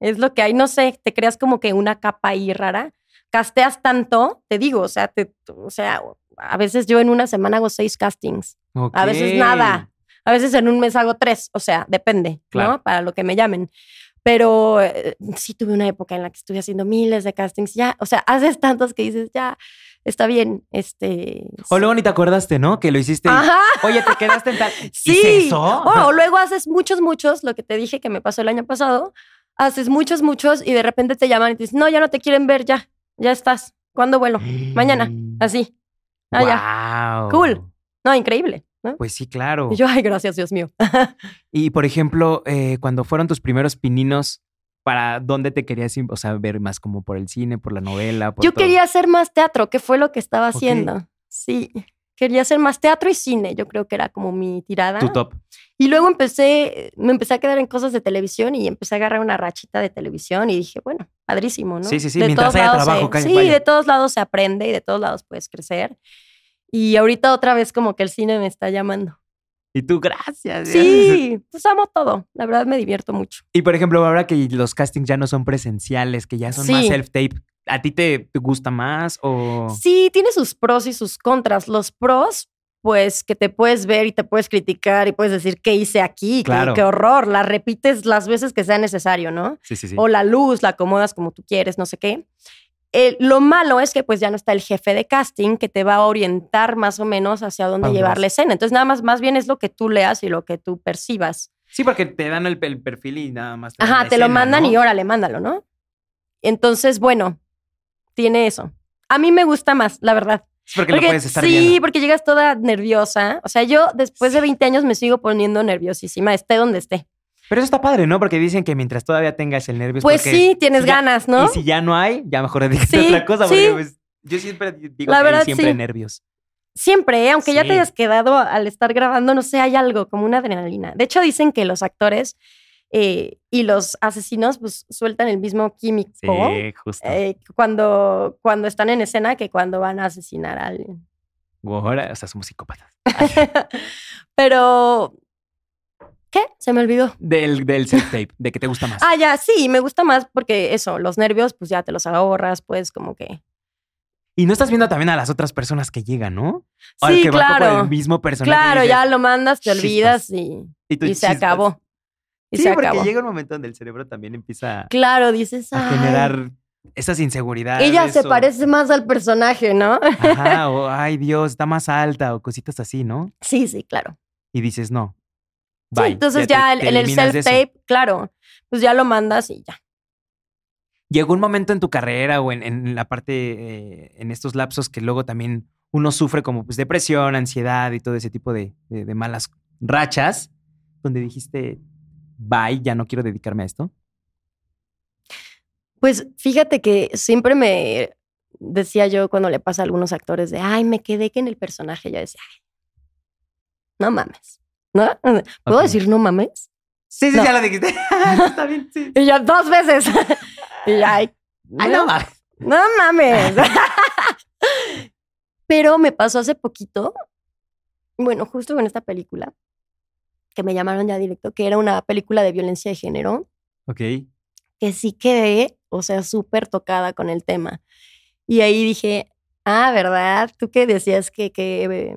S2: es lo que hay. No sé, te creas como que una capa ahí rara. Casteas tanto, te digo, o sea, te, o sea, a veces yo en una semana hago seis castings, a veces
S1: Ok.
S2: nada. a veces en un mes hago tres, o sea, depende,
S1: Claro.
S2: ¿no? Para lo que me llamen. Pero eh, sí tuve una época en la que estuve haciendo miles de castings, ya, o sea, haces tantos que dices, ya, está bien, este...
S1: O luego ni te acordaste, ¿no? Que lo hiciste. y, [LAUGHS]
S2: Ajá,
S1: Oye, te quedaste
S2: [LAUGHS]
S1: en tal. ¿Y
S2: sí. Oh,
S1: cesó?
S2: O, o luego haces muchos, muchos, lo que te dije que me pasó el año pasado, haces muchos, muchos y de repente te llaman y te dicen, no, ya no te quieren ver, ya, ya estás. ¿Cuándo vuelo? Mañana, así. Ah, ya.
S1: Guau.
S2: Cool. No, increíble. ¿no?
S1: Pues sí, claro.
S2: Y yo, ay, gracias, Dios mío.
S1: Y por ejemplo, eh, cuando fueron tus primeros pininos, ¿para dónde te querías ir? O sea, ver más como por el cine, por la novela. por
S2: Yo
S1: todo.
S2: quería hacer más teatro, que fue lo que estaba
S1: Ok.
S2: haciendo. Sí, quería hacer más teatro y cine, yo creo que era como mi tirada.
S1: Tu top.
S2: Y luego empecé, me empecé a quedar en cosas de televisión y empecé a agarrar una rachita de televisión y dije, bueno, padrísimo, ¿no?
S1: Sí, sí, sí,
S2: De
S1: mientras
S2: todos
S1: haya
S2: lados
S1: trabajo,
S2: se-
S1: calla,
S2: Sí,
S1: vaya.
S2: de todos lados se aprende y de todos lados puedes crecer. Y ahorita otra vez como que el cine me
S1: [LAUGHS]
S2: está llamando.
S1: Y tú, gracias.
S2: Sí, pues amo todo. La verdad me divierto mucho.
S1: Y por ejemplo, ahora que los castings ya no son presenciales, que ya son más
S2: Sí.
S1: self-tape, ¿a ti te gusta más o...?
S2: Sí, tiene sus pros y sus contras. Los pros, pues que te puedes ver y te puedes criticar y puedes decir qué hice aquí, ¿Qué-
S1: Claro.
S2: qué, horror. La repites las veces que sea necesario, ¿no?
S1: Sí, sí, sí.
S2: O la luz, la acomodas como tú quieres, no sé qué. Eh, lo malo es que pues ya no está el jefe de casting que te va a orientar más o menos hacia
S1: ¿Para
S2: dónde
S1: dónde
S2: llevar
S1: vas?
S2: la escena. Entonces nada más, más bien es lo que tú leas y lo que tú percibas.
S1: Sí, porque te dan el, el perfil y nada más. dan
S2: Ajá,
S1: la
S2: te lo
S1: escena,
S2: mandan
S1: ¿no?
S2: y órale, mándalo, ¿no? Entonces, bueno, tiene eso. A mí me gusta más, la verdad.
S1: Sí, porque, lo
S2: Porque-
S1: puedes estar
S2: sí,
S1: viendo.
S2: porque llegas toda nerviosa. O sea, yo después de 20 años me sigo poniendo nerviosísima, esté donde esté.
S1: Pero eso está padre, ¿no? Porque dicen que mientras todavía tengas el nervio. es
S2: Pues
S1: porque
S2: sí, tienes
S1: si ya-
S2: ganas, ¿no?
S1: Y si ya no hay, ya mejor [LAUGHS] dedícate
S2: Sí,
S1: a otra cosa.
S2: sí.
S1: Porque pues, yo siempre digo
S2: La
S1: que hay
S2: verdad,
S1: siempre
S2: sí.
S1: nervios.
S2: Siempre, ¿eh? aunque ya
S1: Sí.
S2: te hayas quedado al estar grabando, no sé, hay algo como una adrenalina. De hecho, dicen que los actores eh, y los asesinos pues, sueltan el mismo químico
S1: Sí, justo.
S2: eh, cuando, cuando están en escena que cuando van a asesinar a alguien.
S1: Ahora, o sea, somos psicópatas.
S2: [LAUGHS] Pero, ¿qué? Se me olvidó.
S1: Del, del self-tape, de que te gusta más.
S2: Ah, ya, sí, me gusta más porque eso, los nervios, pues ya te los ahorras, pues como que...
S1: Y no estás viendo también a las otras personas que llegan, ¿no? O al
S2: Sí,
S1: que va con el
S2: claro.
S1: mismo personaje. y
S2: Claro,
S1: dices,
S2: ya lo mandas, te
S1: "Chispas".
S2: olvidas y,
S1: tú,
S2: y se
S1: "Chispas".
S2: acabó. Y
S1: sí,
S2: se
S1: porque
S2: acabó.
S1: llega un momento donde el cerebro también empieza
S2: Claro, dices...
S1: a
S2: "Ay,
S1: generar esas inseguridades.
S2: Ella se
S1: o-
S2: parece más al personaje, ¿no? [LAUGHS]
S1: Ajá, o ay Dios, está más alta, o cositas así, ¿no?
S2: Sí, sí, claro.
S1: Y dices, no.
S2: Sí,
S1: Bye,
S2: entonces
S1: te-
S2: ya en
S1: te
S2: el,
S1: eliminas de eso.
S2: self-tape, claro, pues ya lo mandas y ya.
S1: Llegó un momento en tu carrera o en, en la parte, eh, en estos lapsos que luego también uno sufre como pues, depresión, ansiedad y todo ese tipo de, de- de malas rachas, donde dijiste, bye, ya no quiero dedicarme a esto.
S2: Pues fíjate que siempre me decía yo cuando le pasa a algunos actores de, ay, me quedé que en el personaje, yo decía, ay, no mames, ¿no? [LAUGHS] ¿Puedo
S1: Ok.
S2: decir no mames?
S1: Sí, sí,
S2: No.
S1: ya lo
S2: [LAUGHS]
S1: dijiste. [LAUGHS] Está bien, sí.
S2: Y ya dos veces. [LAUGHS] y ya, ay,
S1: Ay, no, va.
S2: Ah, No mames. [LAUGHS] Pero me pasó hace poquito, bueno, justo con esta película, que me llamaron ya directo, que era una película de violencia de género,
S1: Ok.
S2: que sí quedé, o sea, súper tocada con el tema. Y ahí dije, ah, ¿verdad? Tú que decías que, que eh,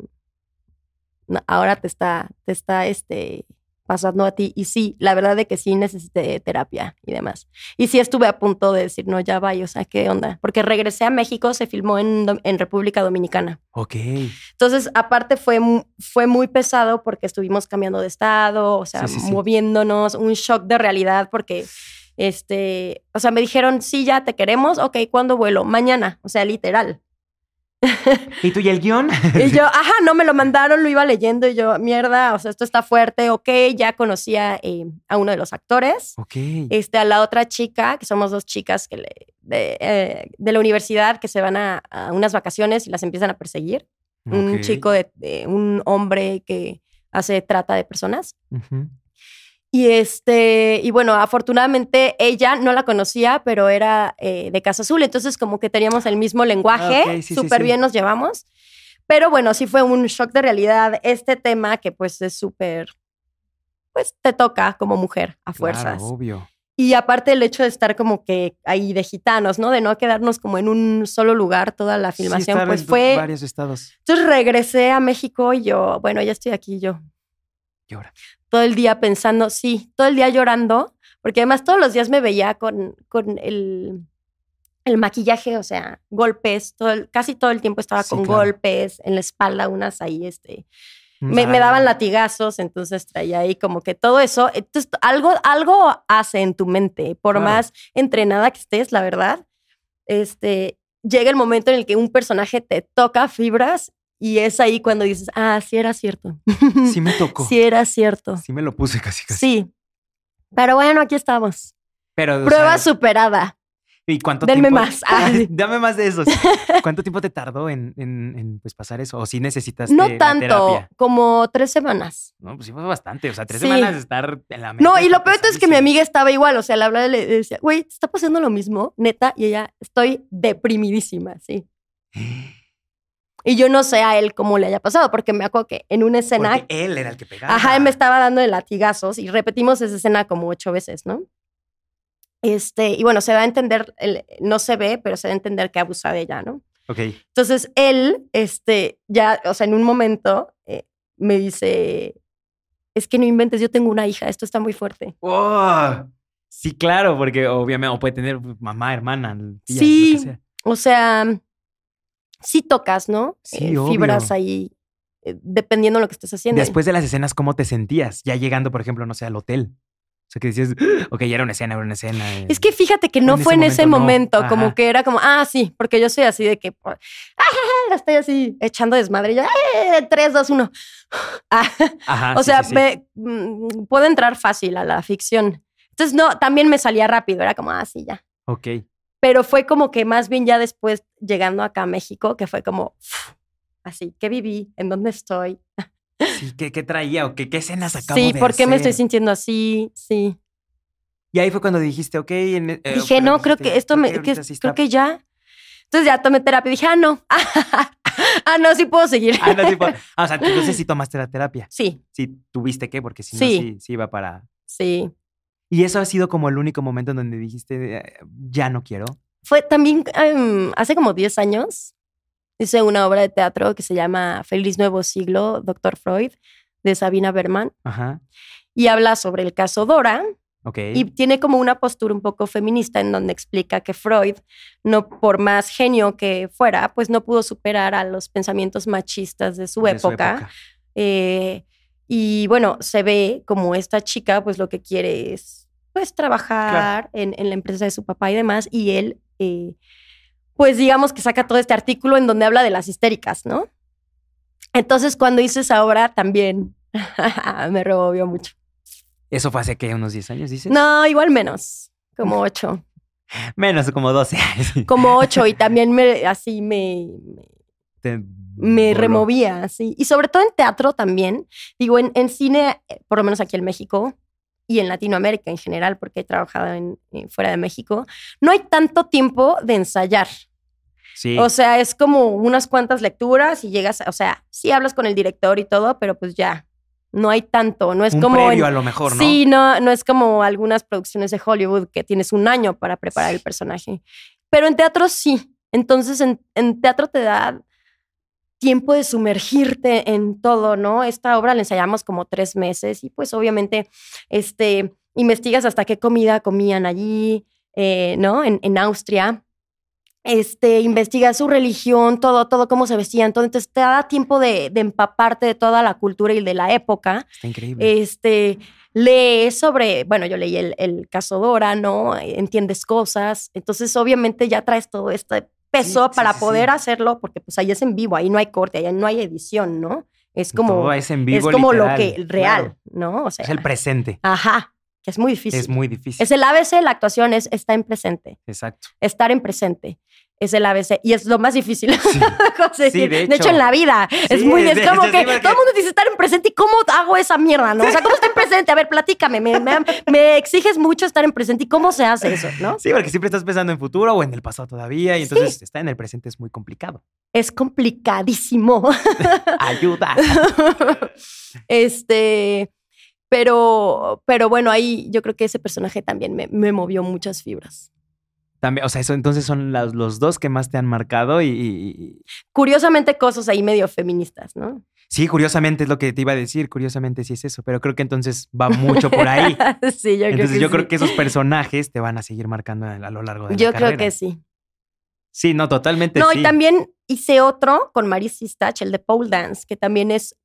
S2: no, ahora te está, te está este, pasando a ti. Y sí, la verdad de que sí necesité terapia y demás. Y sí estuve a punto de decir, no, ya vaya, o sea, ¿qué onda? Porque regresé a México, se filmó en, Dom- en República Dominicana.
S1: Ok.
S2: Entonces, aparte fue, mu- fue muy pesado porque estuvimos cambiando de estado, o sea,
S1: Sí, sí, sí.
S2: moviéndonos, un shock de realidad porque, este, o sea, me dijeron, sí, ya te queremos, ok, ¿cuándo vuelo? Mañana, o sea,
S1: [LAUGHS]
S2: literal.
S1: ¿Y tú y el
S2: [LAUGHS]
S1: guión?
S2: Y yo, ajá, no me lo mandaron, lo iba leyendo y yo, mierda, o sea, esto está fuerte, ok, ya conocía eh, a uno de los actores,
S1: Ok.
S2: este, a la otra chica, que somos dos chicas que le- de, eh, de la universidad que se van a- a unas vacaciones y las empiezan a perseguir un
S1: Ok.
S2: chico de, de un hombre que hace trata de personas.
S1: Ujú.
S2: Y este, y bueno, afortunadamente ella no la conocía, pero era eh, de Casa Azul, entonces como que teníamos el mismo lenguaje,
S1: Ah, ok,
S2: súper
S1: sí, sí, sí.
S2: bien nos llevamos. Pero bueno, sí fue un shock de realidad este tema que pues es súper, pues te toca como mujer a fuerzas.
S1: Claro, obvio.
S2: Y aparte el hecho de estar como que ahí de gitanos, ¿no? De no quedarnos como en un solo lugar toda la
S1: Sí,
S2: filmación,
S1: estar en
S2: pues
S1: tu-
S2: fue
S1: varios estados.
S2: entonces regresé a México y yo, bueno, ya estoy aquí yo,
S1: Llora.
S2: todo el día pensando, sí, todo el día llorando, porque además todos los días me veía con, con el, el maquillaje, o sea, golpes, todo el- casi todo el tiempo estaba
S1: Sí,
S2: con
S1: claro.
S2: golpes, en la espalda unas ahí, este, me,
S1: Ah,
S2: me daban latigazos, entonces traía ahí como que todo eso. Entonces, algo, algo hace en tu mente, por
S1: Claro.
S2: más entrenada que estés, la verdad. Este, llega el momento en el que un personaje te toca fibras y es ahí cuando dices, ah, sí era cierto.
S1: Sí
S2: [LAUGHS]
S1: me tocó.
S2: sí era cierto.
S1: Sí me lo puse casi casi.
S2: Sí. Pero bueno, aquí estamos.
S1: Pero, o
S2: Prueba
S1: sea,
S2: superada.
S1: ¿Y cuánto
S2: Denme
S1: tiempo-
S2: más. Ah, sí.
S1: [LAUGHS] Dame más de
S2: [LAUGHS]
S1: esos. ¿Cuánto tiempo te tardó en, en- en, pues, pasar eso? ¿O si necesitas
S2: No tanto, como tres semanas.
S1: No, pues sí fue bastante. O sea, tres
S2: Sí.
S1: semanas de estar en la
S2: No,
S1: mente
S2: y lo
S1: está
S2: peor de todo es que mi
S1: pesadísimo. [GASPS]
S2: amiga estaba igual, o sea, le hablaba y le decía, güey, ¿te está pasando lo mismo? Neta, y ella, estoy deprimidísima, sí. Y yo no sé a él cómo le haya pasado, porque me acuerdo que en una escena,
S1: Porque él era el que pegaba.
S2: ajá, él me estaba dando de latigazos y repetimos esa escena como ocho veces, ¿no? Este, y bueno, se da a entender, el- no se ve, pero se da a entender que abusa de ella, ¿no?
S1: Ok.
S2: Entonces él, este, ya, o sea, en un momento eh, me dice, es que no inventes, yo tengo una hija, esto está muy fuerte.
S1: ¡Oh! Sí, claro, porque obviamente o puede tener mamá, hermana, tía,
S2: Sí.
S1: lo que sea.
S2: O sea, mm, sí tocas, ¿no?
S1: Sí,
S2: Fibras
S1: obvio.
S2: ahí, eh, dependiendo de lo que estés haciendo.
S1: Después de las escenas, ¿cómo te sentías? Ya llegando, por ejemplo, no sé, al hotel. O sea, que decías, [GASPS] ok, ya era una escena, era una escena. eh.
S2: Es que fíjate que no
S1: En
S2: fue
S1: ese
S2: en ese
S1: momento no.
S2: momento,
S1: Ajá.
S2: como que era como, ah, sí, porque yo soy así de que, pues, [LAUGHS] ah, ¡ah! estoy así echando desmadre. Y yo, ¡eh! 3, 2, 1. [LAUGHS] Ah,
S1: eh, Ajá, sí,
S2: o sea,
S1: sí, sí.
S2: me- mm, puedo entrar fácil a la ficción. Entonces, no, también me salía rápido, era como, ah, sí, ya.
S1: Ok.
S2: Pero fue como que más bien ya después, llegando acá a México, que fue como, uf, así, ¿qué viví? ¿En dónde estoy?
S1: Sí, ¿qué, qué traía o qué, qué escenas acabo
S2: Sí,
S1: de
S2: ¿por qué me estoy
S1: hacer?
S2: sintiendo así? Sí.
S1: Y ahí fue cuando dijiste, ok. en- eh,
S2: dije,
S1: pero
S2: no, creo
S1: dijiste,
S2: que esto
S1: ok,
S2: me, que-
S1: ahorita sí
S2: creo
S1: está-
S2: que ya. Entonces ya tomé terapia y dije, ah, no, [LAUGHS] ah, no, sí puedo seguir.
S1: Ah, no, tipo,
S2: [LAUGHS]
S1: ah, o sea, entonces sí tomaste la terapia.
S2: Sí,
S1: Sí, tuviste que, porque si no,
S2: Sí.
S1: sí. sí, iba para.
S2: sí.
S1: Y eso ha sido como el único momento en donde dijiste, eh, ya no quiero.
S2: Fue también em, hace como 10 años, hice una obra de teatro que se llama Feliz Nuevo Siglo, Doctor Freud, de Sabina Berman,
S1: Ajá.
S2: y habla sobre el caso Dora,
S1: Ok.
S2: Y tiene como una postura un poco feminista en donde explica que Freud, no por más genio que fuera, pues no pudo superar a los pensamientos machistas de su
S1: De su
S2: época. Eh, y bueno, se ve como esta chica, pues lo que quiere es pues trabajar en, en la empresa de su papá y demás. Y él, eh, pues digamos que saca todo este artículo en donde habla de las histéricas, ¿no? Entonces cuando hice esa obra también [LAUGHS] me removió mucho.
S1: Eso fue hace que unos 10 años, dices.
S2: No, igual menos,
S1: [LAUGHS]
S2: como ocho.
S1: Menos como 12 años. [LAUGHS]
S2: como ocho y también me, así me,
S1: Te
S2: me
S1: voló.
S2: removía, así. Y sobre todo en teatro también. Digo, en, en cine, eh, por lo menos aquí en México y en Latinoamérica en general, porque he trabajado en, eh, fuera de México, no hay tanto tiempo de ensayar.
S1: Sí.
S2: O sea, es como unas cuantas lecturas y llegas, o sea, sí hablas con el director y todo, pero pues ya, no hay tanto. No es
S1: un
S2: como...
S1: previo
S2: en-
S1: a lo mejor, ¿no?
S2: Sí, no, no es como algunas producciones de Hollywood que tienes un año para preparar el personaje. Pero en teatro sí. Entonces, en, en teatro te da tiempo de sumergirte en todo, ¿no? Esta obra la ensayamos como tres meses y pues obviamente este, investigas hasta qué comida comían allí, eh, ¿no? En, en Austria. Este, investigas su religión, todo, todo, cómo se vestían, todo. Entonces te da tiempo de, de empaparte de toda la cultura y de la época.
S1: Está increíble.
S2: Este, lees sobre, bueno, yo leí el, el caso Dora, ¿no? Entiendes cosas. Entonces, obviamente, ya traes todo este peso
S1: Sí, sí,
S2: para
S1: sí,
S2: poder
S1: sí.
S2: hacerlo, porque pues ahí es en vivo, ahí no hay corte, ahí no hay edición, ¿no? Es como,
S1: Todo
S2: es,
S1: es en vivo.
S2: como
S1: literal,
S2: lo que real,
S1: claro.
S2: ¿no? O sea,
S1: Es el presente.
S2: ajá, que es muy difícil.
S1: Es muy difícil.
S2: Es el ABC, la actuación es estar en presente,
S1: Exacto.
S2: estar en presente. Es el ABC y es [LAUGHS] lo más difícil. conseguir.
S1: Sí,
S2: de,
S1: de
S2: hecho,
S1: hecho.
S2: en la vida es
S1: Sí,
S2: muy
S1: de-
S2: es como
S1: de-
S2: que
S1: sí, porque-
S2: todo el mundo dice estar en presente y cómo hago esa mierda, ¿no? O sea, cómo estar en presente. A ver, platícame, me, me- me exiges mucho estar en presente y cómo se hace eso, ¿no?
S1: Sí, porque siempre estás pensando en futuro o en el pasado todavía. Y entonces estar en el presente es muy complicado.
S2: Es complicadísimo. [LAUGHS]
S1: Ayuda.
S2: este, pero, pero bueno, ahí yo creo que ese personaje también me, me movió muchas fibras.
S1: También, o sea, eso entonces son las- los dos que más te han marcado y, y- y-
S2: Curiosamente, cosas ahí medio feministas, ¿no?
S1: sí, curiosamente es lo que te iba a decir, curiosamente sí es eso, pero creo que entonces va mucho por ahí.
S2: sí, [LAUGHS] yo creo
S1: Entonces
S2: que
S1: yo
S2: sí.
S1: creo que esos personajes te van a seguir marcando a, a lo largo de
S2: Yo
S1: la carrera.
S2: creo que sí.
S1: sí. no, totalmente
S2: No,
S1: sí.
S2: y también hice otro con Maris Sistach, el de pole dance, que también es,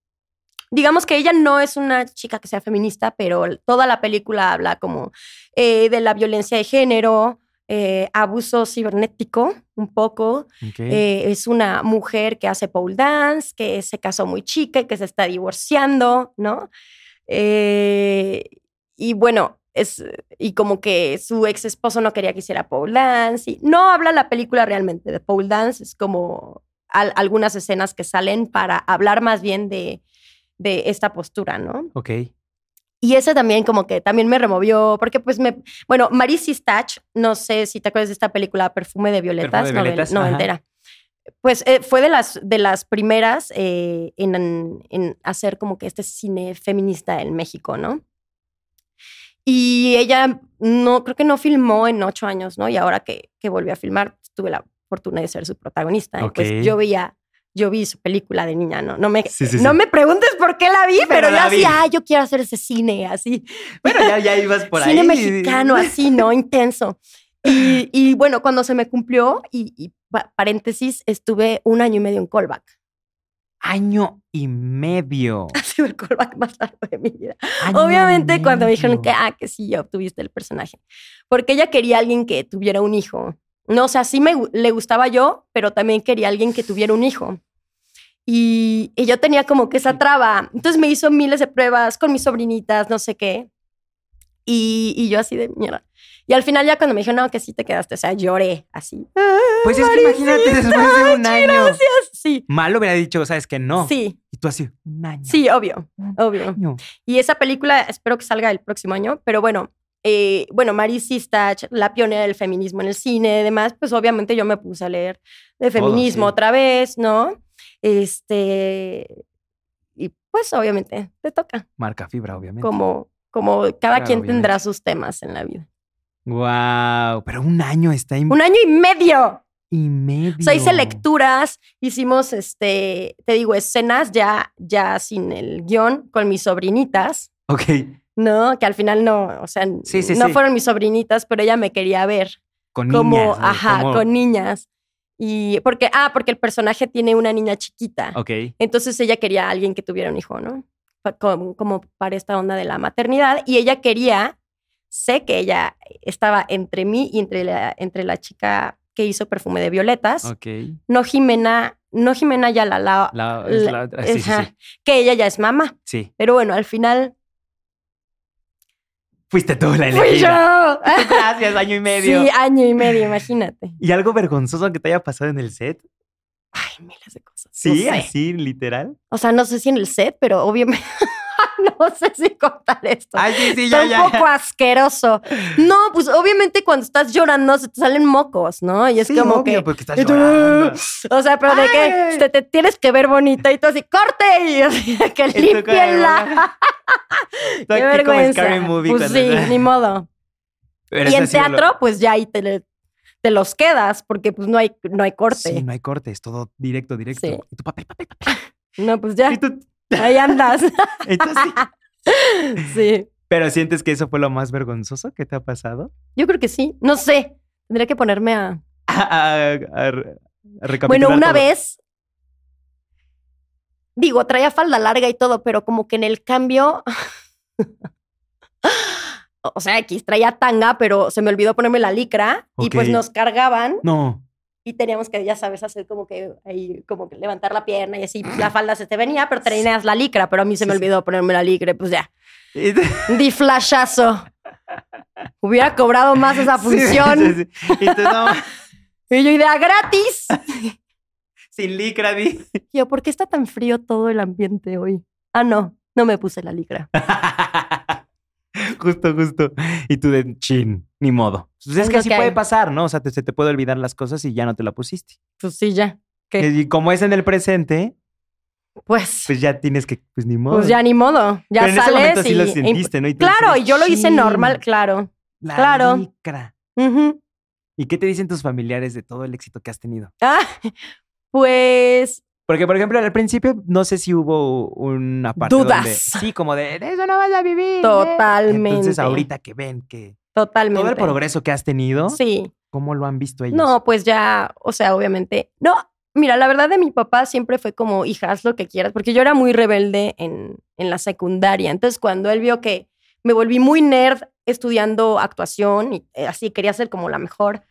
S2: digamos que ella no es una chica que sea feminista, pero toda la película habla como eh, de la violencia de género, eh, abuso cibernético, un poco.
S1: Ok.
S2: Eh, es una mujer que hace pole dance, que se casó muy chica y que se está divorciando, ¿no? Eh, y bueno, es, y como que su ex esposo no quería que hiciera pole dance. Y no habla la película realmente de pole dance, es como al- algunas escenas que salen para hablar más bien de, de esta postura, ¿no?
S1: ok.
S2: Y ese también como que también me removió, porque pues me... Bueno, Maris Sistach, no sé si te acuerdas de esta película Perfume de Violetas,
S1: Perfume de Violetas,
S2: novel-
S1: ajá.
S2: noventera. Pues eh, fue de las, de las primeras eh, en, en hacer como que este cine feminista en México, ¿no? Y ella no, creo que no filmó en ocho años, ¿no? Y ahora que, que volvió a filmar, tuve la fortuna de ser su protagonista. Y,
S1: Ok.
S2: pues yo veía, yo vi su película de niña, ¿no? No me,
S1: Sí, sí, sí.
S2: no me preguntes por qué la vi,
S1: Pero
S2: pero, yo
S1: la vi.
S2: así, ah, yo quiero hacer ese cine, así.
S1: Bueno, ya, ya ibas por
S2: cine
S1: ahí.
S2: mexicano, así, ¿no? Intenso. Y, y bueno, cuando se me cumplió, y, y pa- paréntesis, estuve un año y medio en callback.
S1: Año y medio.
S2: [LAUGHS] Ha sido el callback más largo de mi vida.
S1: Año y
S2: Obviamente, cuando me dijeron "Ah,
S1: medio.
S2: que, ah, que sí, ya obtuviste el personaje. Porque ella quería a alguien que tuviera un hijo No, o sea, sí me, gu- le gustaba yo, pero también quería alguien que tuviera un hijo. Y, y yo tenía como que esa traba. Entonces me hizo miles de pruebas con mis sobrinitas, no sé qué. Y, y yo así de mierda. Y al final ya cuando me dijeron, no, que sí te quedaste, o sea, lloré así.
S1: Pues es que
S2: [LAUGHS]
S1: imagínate después de un año.
S2: Sí,
S1: Mal hubiera dicho, sabes que no.
S2: sí,
S1: Y tú así, un año.
S2: sí, obvio,
S1: Un
S2: obvio.
S1: año.
S2: Y esa película espero que salga el próximo año, pero bueno, eh, bueno, Mary Sistach, la pionera del feminismo en el cine y demás, pues obviamente yo me puse a leer de
S1: Todo,
S2: feminismo
S1: sí.
S2: otra vez, ¿no? Este, y pues obviamente te toca,
S1: Marca fibra, obviamente.
S2: como, como cada
S1: Claro,
S2: quien
S1: obviamente.
S2: tendrá sus temas en la vida.
S1: Wow, pero un año está im-
S2: Un año y medio.
S1: y medio.
S2: O sea, hice lecturas, hicimos, este, te digo, escenas ya, ya sin el guión con mis sobrinitas.
S1: Ok.
S2: No, que al final no, o sea,
S1: Sí, sí,
S2: no
S1: sí.
S2: fueron mis sobrinitas, pero ella me quería ver
S1: Con
S2: como,
S1: niñas. güey,
S2: ajá,
S1: como-
S2: con niñas. Y porque, ah, porque el personaje tiene una niña chiquita.
S1: Ok.
S2: Entonces ella quería a alguien que tuviera un hijo, ¿no? Pa- Como, como para esta onda de la maternidad. Y ella quería, sé que ella estaba entre mí y entre la, entre la chica que hizo perfume de violetas,
S1: Ok.
S2: no Jimena, no Jimena ya la,
S1: La, es
S2: la-
S1: la otra. Sí, sí,
S2: ajá,
S1: sí,
S2: que ella ya es mamá.
S1: sí.
S2: Pero bueno, al final
S1: Fuiste tú la
S2: fui yo.
S1: elegida. [LAUGHS] Gracias, año y medio.
S2: Sí, año y medio, imagínate.
S1: ¿Y algo vergonzoso que te haya pasado en el set?
S2: Ay, miles de cosas. No
S1: Sí,
S2: sé.
S1: así, literal.
S2: O sea, no sé si en el set, pero obviamente [LAUGHS] no sé si contar esto.
S1: Ay, sí, sí,
S2: Está un poco asqueroso. No, pues obviamente cuando estás llorando se te salen mocos, ¿no? Y es
S1: Sí,
S2: como
S1: obvio,
S2: que. ¡Ah!
S1: porque estás
S2: y tú-
S1: llorando.
S2: O sea, pero de
S1: Ay.
S2: que te, te tienes que ver bonita y tú así, corte y así, [LAUGHS] que
S1: Y tú con [LAUGHS]
S2: [LAUGHS] limpienla.
S1: Tú
S2: Qué
S1: aquí como en
S2: vergüenza.
S1: Scary Movie
S2: pues
S1: cuando-
S2: sí, ni modo.
S1: [LAUGHS] Pero
S2: y
S1: eso
S2: en
S1: ha sido lo-
S2: teatro, pues ya ahí te, le- te los quedas porque pues no hay, no hay corte.
S1: Sí, no hay cortes, todo directo, directo.
S2: Sí.
S1: Y tú, papel, papel, papel.
S2: No, pues ya,
S1: Y tú- [LAUGHS]
S2: ahí andas. [LAUGHS]
S1: Entonces, sí.
S2: sí.
S1: Pero sientes que eso fue lo más vergonzoso que te ha pasado. [LAUGHS]
S2: Yo creo que sí. No sé. Tendría que ponerme a.
S1: A- a- a re- a recapitular
S2: Bueno, una
S1: todo.
S2: vez. Digo, traía falda larga y todo, pero como que en el cambio. [LAUGHS] o sea, X traía tanga, pero se me olvidó ponerme la licra. Y pues
S1: Ok.
S2: nos cargaban
S1: No. [LAUGHS]
S2: y teníamos que, ya sabes, hacer como que ahí, como que levantar la pierna y así. pues, La falda se te venía, pero traías la licra, pero a mí se me
S1: Sí, sí.
S2: olvidó ponerme la licra. y Pues ya.
S1: Sí,
S2: Di flashazo. Hubiera cobrado más esa función.
S1: [LAUGHS] sí, sí. Y tú, no,
S2: Y yo idea gratis.
S1: sin licra, di. [LAUGHS]
S2: Y Yo, ¿por qué está tan frío todo el ambiente hoy? Ah, no, no me puse
S1: [LAUGHS]
S2: la licra.
S1: Justo, justo. Y tú de chin, ni modo. Pues es
S2: Es
S1: que
S2: lo
S1: así
S2: que
S1: puede
S2: hay.
S1: pasar, ¿no? O sea, te- se te puede olvidar las cosas y ya no te la pusiste.
S2: Pues sí, ya. ¿Qué?
S1: Y como es en el presente,
S2: Pues,
S1: pues ya tienes que, pues ni modo.
S2: pues ya ni modo. Ya
S1: Pero en ese
S2: sales
S1: momento sí
S2: y-
S1: lo
S2: y-
S1: sentiste, ¿no? Y tú
S2: Claro,
S1: dices,
S2: y yo lo hice
S1: "Chin,
S2: normal, claro.
S1: la
S2: claro.
S1: licra".
S2: Ujú.
S1: ¿Y qué te dicen tus familiares de todo el éxito que has tenido?
S2: Ah, [LAUGHS] pues
S1: Porque, por ejemplo, al principio no sé si hubo una parte
S2: Dudas.
S1: donde- sí, como de, de eso no vas a vivir. ¿eh?".
S2: Totalmente.
S1: Entonces, ahorita que ven que
S2: totalmente.
S1: todo el progreso que has tenido,
S2: Sí.
S1: ¿cómo lo han visto ellos?
S2: No, pues ya, o sea, obviamente. No, mira, la verdad de mi papá siempre fue como, hija, haz lo que quieras, porque yo era muy rebelde en, en la secundaria. Entonces, cuando él vio que me volví muy nerd estudiando actuación y eh, así quería ser como la mejor,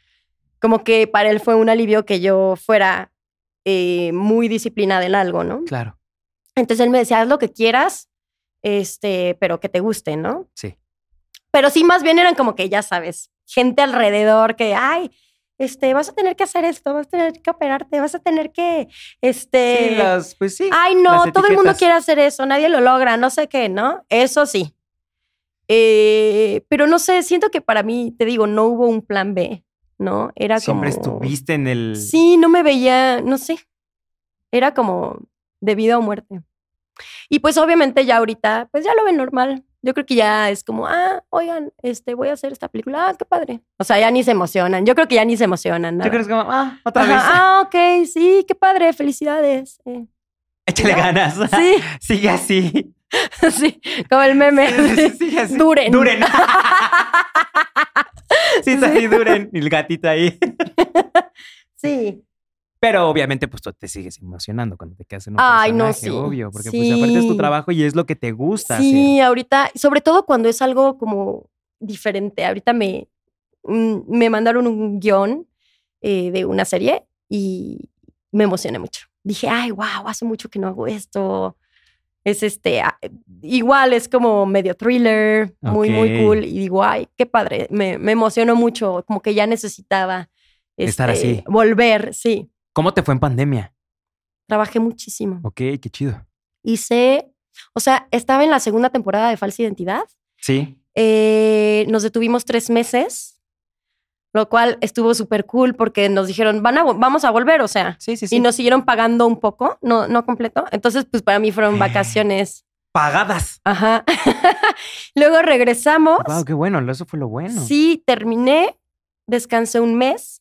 S2: como que para él fue un alivio que yo fuera eh, muy disciplinada en algo, ¿no?
S1: Claro,
S2: Entonces él me decía, haz lo que quieras, este, pero que te guste, ¿no?
S1: sí.
S2: Pero sí, más bien eran como que, ya sabes, gente alrededor que, ay, este, vas a tener que hacer esto, vas a tener que operarte, vas a tener que, este...
S1: sí, las, pues sí.
S2: ay, no,
S1: las
S2: todo el mundo
S1: etiquetas.
S2: quiere hacer eso, nadie lo logra, no sé qué, ¿no? Eso sí. Eh, pero no sé, siento que para mí, te digo, no hubo un plan B, ¿no? Era
S1: Siempre
S2: como...
S1: estuviste en el...
S2: Sí, no me veía, no sé. Era como de vida o muerte. Y pues obviamente ya ahorita, pues ya lo ven normal. Yo creo que ya es como, ah, oigan, este, voy a hacer esta película, ah, qué padre. O sea, ya ni se emocionan. Yo creo que ya ni se emocionan.
S1: Yo
S2: nada.
S1: creo que es como, ah, otra
S2: Ajá,
S1: vez.
S2: Ah, ok, sí, qué padre, felicidades. Eh,
S1: [LAUGHS] Échale ganas.
S2: [LAUGHS] Sí,
S1: [LAUGHS] Sigue
S2: [LAUGHS]
S1: así.
S2: sí,
S1: [LAUGHS]
S2: como el meme.
S1: Sigue así.
S2: Duren.
S1: Duren. [LAUGHS] sí,
S2: [LAUGHS]
S1: está ahí, duren. Y el gatito ahí.
S2: [LAUGHS] Sí.
S1: Pero obviamente, pues tú te sigues emocionando cuando te quedas en un
S2: Ay, no,
S1: personaje,
S2: sí.
S1: obvio. Porque
S2: Sí.
S1: pues aparte es tu trabajo y es lo que te gusta
S2: Sí,
S1: hacer.
S2: ahorita, sobre todo cuando es algo como diferente. Ahorita me, mm, me mandaron un guión eh, de una serie y me emocioné mucho. Dije, ay, wow, hace mucho que no hago esto. Es este, ah, igual es como medio thriller, muy, muy
S1: Ok.
S2: cool. Y digo, ay, qué padre, me, me emocionó mucho, como que ya necesitaba
S1: Estar
S2: este,
S1: así.
S2: Volver, sí.
S1: ¿Cómo te fue en pandemia?
S2: Trabajé muchísimo.
S1: Ok, qué chido.
S2: Hice, o sea, estaba en la segunda temporada de Falsa Identidad.
S1: Sí.
S2: Eh, nos detuvimos tres meses, lo cual estuvo súper cool porque nos dijeron, Van a, vo- vamos a volver, o sea,
S1: Sí, sí,
S2: y nos siguieron pagando un poco, no, no completo. Entonces, pues para mí fueron vacaciones.
S1: Pagadas.
S2: Ajá. [LAUGHS] Luego regresamos.
S1: Wow, qué bueno. Eso fue lo bueno.
S2: Sí, terminé, descansé un mes,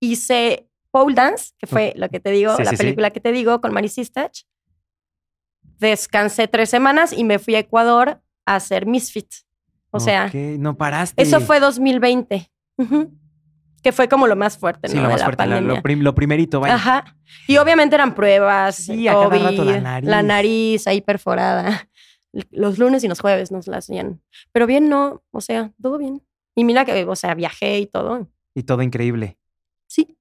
S2: hice pole dance, que fue lo que te digo,
S1: Sí,
S2: la
S1: sí, sí.
S2: película que te digo con Mary Sistach. Descansé tres semanas y me fui a Ecuador a hacer Misfit. O sea,
S1: Ok, no paraste.
S2: eso fue 2020, ujú, que fue como lo más fuerte,
S1: Sí,
S2: ¿no?
S1: lo
S2: de
S1: más
S2: la
S1: fuerte, lo,
S2: pandemia.
S1: lo prim- lo primerito, vaya.
S2: Ajá. Y obviamente eran pruebas.
S1: Sí,
S2: el
S1: a cada
S2: COVID,
S1: rato la nariz.
S2: nariz ahí perforada. [LAUGHS] Los lunes y los jueves nos las hacían. Pero bien, no. O sea, todo bien. Y mira que, o sea, viajé y todo.
S1: Y todo increíble.
S2: Sí.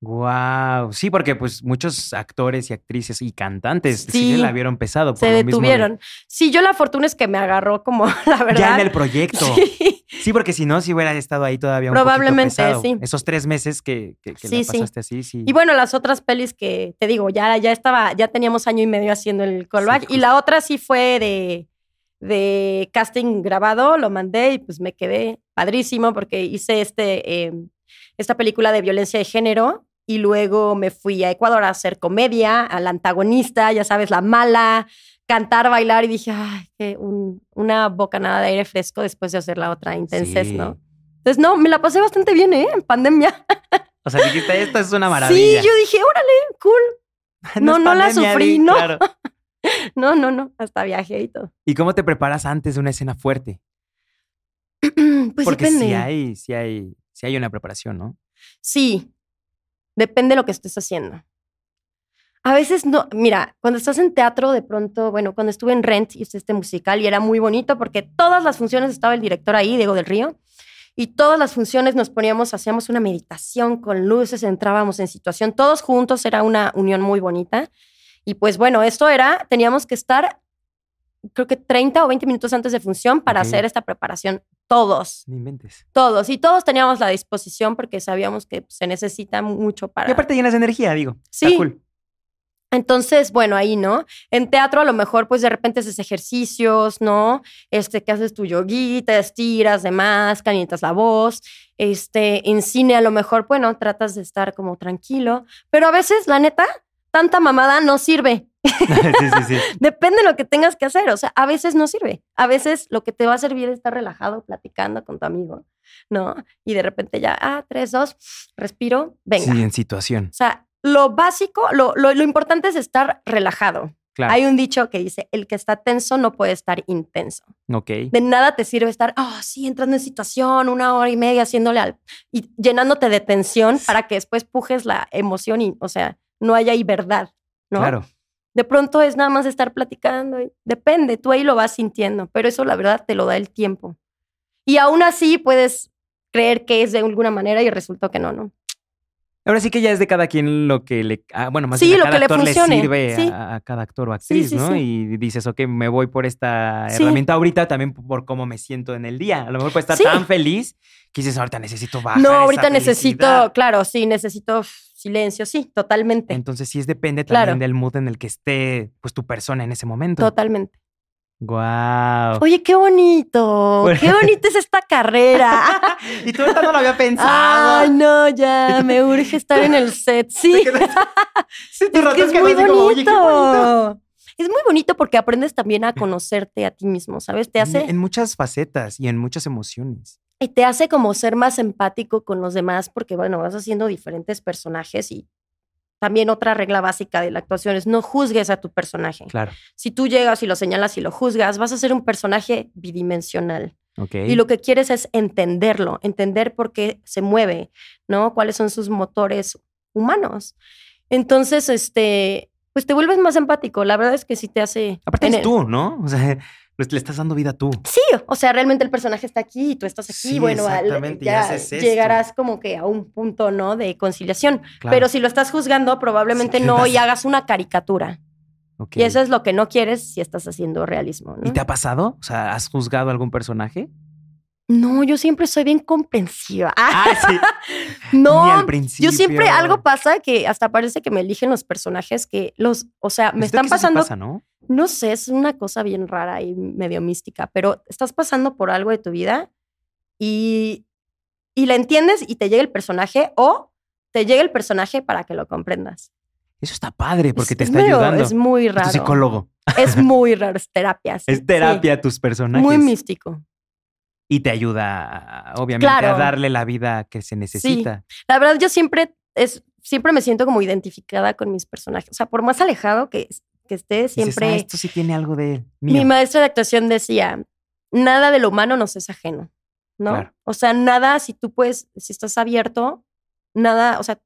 S1: Wow. Sí, porque pues muchos actores y actrices y cantantes sí,
S2: Sí.
S1: se la vieron pesado. Por
S2: Se
S1: lo mismo de-
S2: detuvieron. Sí, yo la fortuna es que me agarró como, [LAUGHS] la verdad.
S1: Ya en el proyecto. Sí,
S2: [LAUGHS] Sí.
S1: porque si no, si hubiera estado ahí todavía un
S2: Probablemente,
S1: poquito pesado.
S2: sí.
S1: Esos tres meses que, que, que la
S2: Sí, sí.
S1: pasaste así, sí.
S2: Y bueno, las otras pelis que te digo, ya, ya estaba, ya teníamos año y medio haciendo el callback.
S1: Sí,
S2: y la otra sí fue de, de casting grabado, lo mandé y pues me quedé padrísimo porque hice este, eh, esta película de violencia de género y luego me fui a Ecuador a hacer comedia, al antagonista, ya sabes, la mala, cantar, bailar y dije, ay, que un- una bocanada de aire fresco después de hacer la otra intensez,
S1: Sí.
S2: ¿no? Entonces, no, me la pasé bastante bien, ¿eh? En pandemia.
S1: O sea, dijiste, esto es una maravilla.
S2: [LAUGHS]
S1: [LAUGHS]
S2: Sí, yo dije, órale, cool. no,
S1: es
S2: no la
S1: pandemia,
S2: sufrí,
S1: Di,
S2: no.
S1: claro.
S2: No, no, no, hasta viajé y todo. [CLEARS THROAT]
S1: ¿Y cómo te preparas antes de una escena fuerte?
S2: pues
S1: Porque
S2: depende.
S1: sí hay, sí hay, sí hay una preparación, ¿no?
S2: Sí, depende de lo que estés haciendo. A veces no, mira, cuando estás en teatro, de pronto, bueno, cuando estuve en Rent, hice este musical y era muy bonito porque todas las funciones estaba el director ahí, Diego del Río, y todas las funciones nos poníamos, hacíamos una meditación con luces, entrábamos en situación, todos juntos, era una unión muy bonita. Y pues bueno, esto era, teníamos que estar, creo que 30 o 20 minutos antes de función para
S1: Ok.
S2: hacer esta preparación, todos.
S1: No inventes.
S2: Todos, y todos teníamos la disposición porque sabíamos que pues, se necesita mucho para...
S1: Y aparte llenas de energía, digo. Está
S2: Ah. Sí.
S1: cool. [LAUGHS]
S2: Entonces, bueno, ahí, ¿no? En teatro a lo mejor pues de repente haces ejercicios, ¿no? Este, que haces tu yoguita, estiras, demás, calientas la voz. Este, en cine a lo mejor, bueno, tratas de estar como tranquilo, pero a veces, la neta, tanta mamada no sirve.
S1: sí, sí, sí.
S2: Depende de lo que tengas que hacer. O sea, a veces no sirve. A veces lo que te va a servir es estar relajado platicando con tu amigo, ¿no? Y de repente ya, ah, tres, dos, respiro, [LAUGHS] venga.
S1: Sí, en situación.
S2: O sea, lo básico, lo, lo- lo importante es estar relajado.
S1: Claro.
S2: Hay un dicho que dice, el que está tenso no puede estar intenso.
S1: Ok.
S2: De nada te sirve estar, oh, sí, entrando en situación una hora y media haciéndole al... y llenándote de tensión para que después pujes la emoción y, o sea, no haya ahí verdad, ¿no?
S1: Claro.
S2: De pronto es nada más estar platicando. y depende, tú ahí lo vas sintiendo, pero eso la verdad te lo da el tiempo. Y aún así puedes creer que es de alguna manera y resultó que no, ¿no.
S1: Ahora sí que ya es de cada quien lo que le. ah, bueno, más
S2: Sí,
S1: bien a
S2: lo
S1: cada
S2: que le
S1: actor
S2: funcione,
S1: sirve a-
S2: sí.
S1: a, cada actor o
S2: Sí,
S1: actriz,
S2: sí,
S1: ¿no?
S2: sí.
S1: Y dices, ok, me voy por esta
S2: Sí.
S1: herramienta ahorita también por cómo me siento en el día. A lo mejor puede estar
S2: Sí.
S1: tan feliz que dices, ahorita necesito bajar.
S2: no,
S1: esa
S2: ahorita necesito,
S1: felicidad.
S2: claro, sí, necesito uf, silencio, sí, totalmente,
S1: Entonces sí es depende
S2: Claro.
S1: también del mood en el que esté pues tu persona en ese momento.
S2: totalmente.
S1: Guau.
S2: Oye, qué bonito,
S1: Bueno.
S2: qué bonita es esta
S1: [LAUGHS]
S2: carrera.
S1: Y tú ahorita no lo había
S2: Ay,
S1: [LAUGHS] pensado.
S2: no, ya, me urge estar en
S1: [LAUGHS]
S2: el set, sí. [LAUGHS]
S1: Sí, tu
S2: Es
S1: ratón
S2: que es
S1: quedó
S2: muy
S1: así como, "Oye, qué bonito".
S2: bonito. Es muy bonito porque aprendes también a conocerte a ti mismo, ¿sabes? Te hace,
S1: En, en muchas facetas y en muchas emociones.
S2: y te hace como ser más empático con los demás porque, bueno, vas haciendo diferentes personajes y también otra regla básica de la actuación es no juzgues a tu personaje.
S1: Claro.
S2: Si tú llegas y lo señalas y lo juzgas, vas a ser un personaje bidimensional.
S1: Ok.
S2: Y lo que quieres es entenderlo, entender por qué se mueve, ¿no? Cuáles son sus motores humanos. Entonces, este, pues te vuelves más empático. La verdad es que sí te hace.
S1: Aparte
S2: en e
S1: es
S2: el-
S1: tú, ¿no? O sea, [LAUGHS] pues, le estás dando vida tú.
S2: Sí, o sea, realmente el personaje está aquí y tú estás aquí.
S1: Sí,
S2: bueno, al-
S1: exactamente, y
S2: ya
S1: haces esto.
S2: llegarás como que a un punto, ¿no? De conciliación.
S1: Claro.
S2: Pero si lo estás juzgando, probablemente
S1: Sí,
S2: no
S1: claro.
S2: y hagas una caricatura.
S1: Ok.
S2: Y eso es lo que no quieres si estás haciendo realismo, ¿no?
S1: ¿Y te ha pasado? O sea, ¿has juzgado a algún
S2: [LAUGHS]
S1: personaje?
S2: No, yo siempre soy bien comprensiva. Ah,
S1: Ah, sí. Ni
S2: no,
S1: al principio.
S2: yo siempre algo pasa que hasta parece que me eligen los personajes que los, o sea,
S1: Siento
S2: me están
S1: Pues que eso sí
S2: pasando
S1: pasa, ¿no?
S2: no sé, es una cosa bien rara y medio mística, pero estás pasando por algo de tu vida y, y la entiendes y te llega el personaje o te llega el personaje para que lo comprendas.
S1: Eso está padre porque
S2: Es-
S1: te
S2: es
S1: está
S2: medio-
S1: ayudando.
S2: Es muy
S1: Es tu
S2: raro.
S1: psicólogo.
S2: Es muy raro, es terapia. sí,
S1: [LAUGHS] Es terapia tus
S2: sí.
S1: personajes.
S2: muy místico.
S1: Y te ayuda, obviamente,
S2: Claro.
S1: a darle la vida que se necesita.
S2: La verdad, yo siempre, es, siempre me siento como identificada con mis personajes. O sea, por más alejado que, que esté,
S1: Dices,
S2: siempre...
S1: "Ah, esto sí tiene algo de mío.
S2: Mi maestra de actuación decía, nada de lo humano nos es ajeno, ¿no?
S1: Claro.
S2: O sea, nada, si tú puedes, si estás abierto, nada, o sea,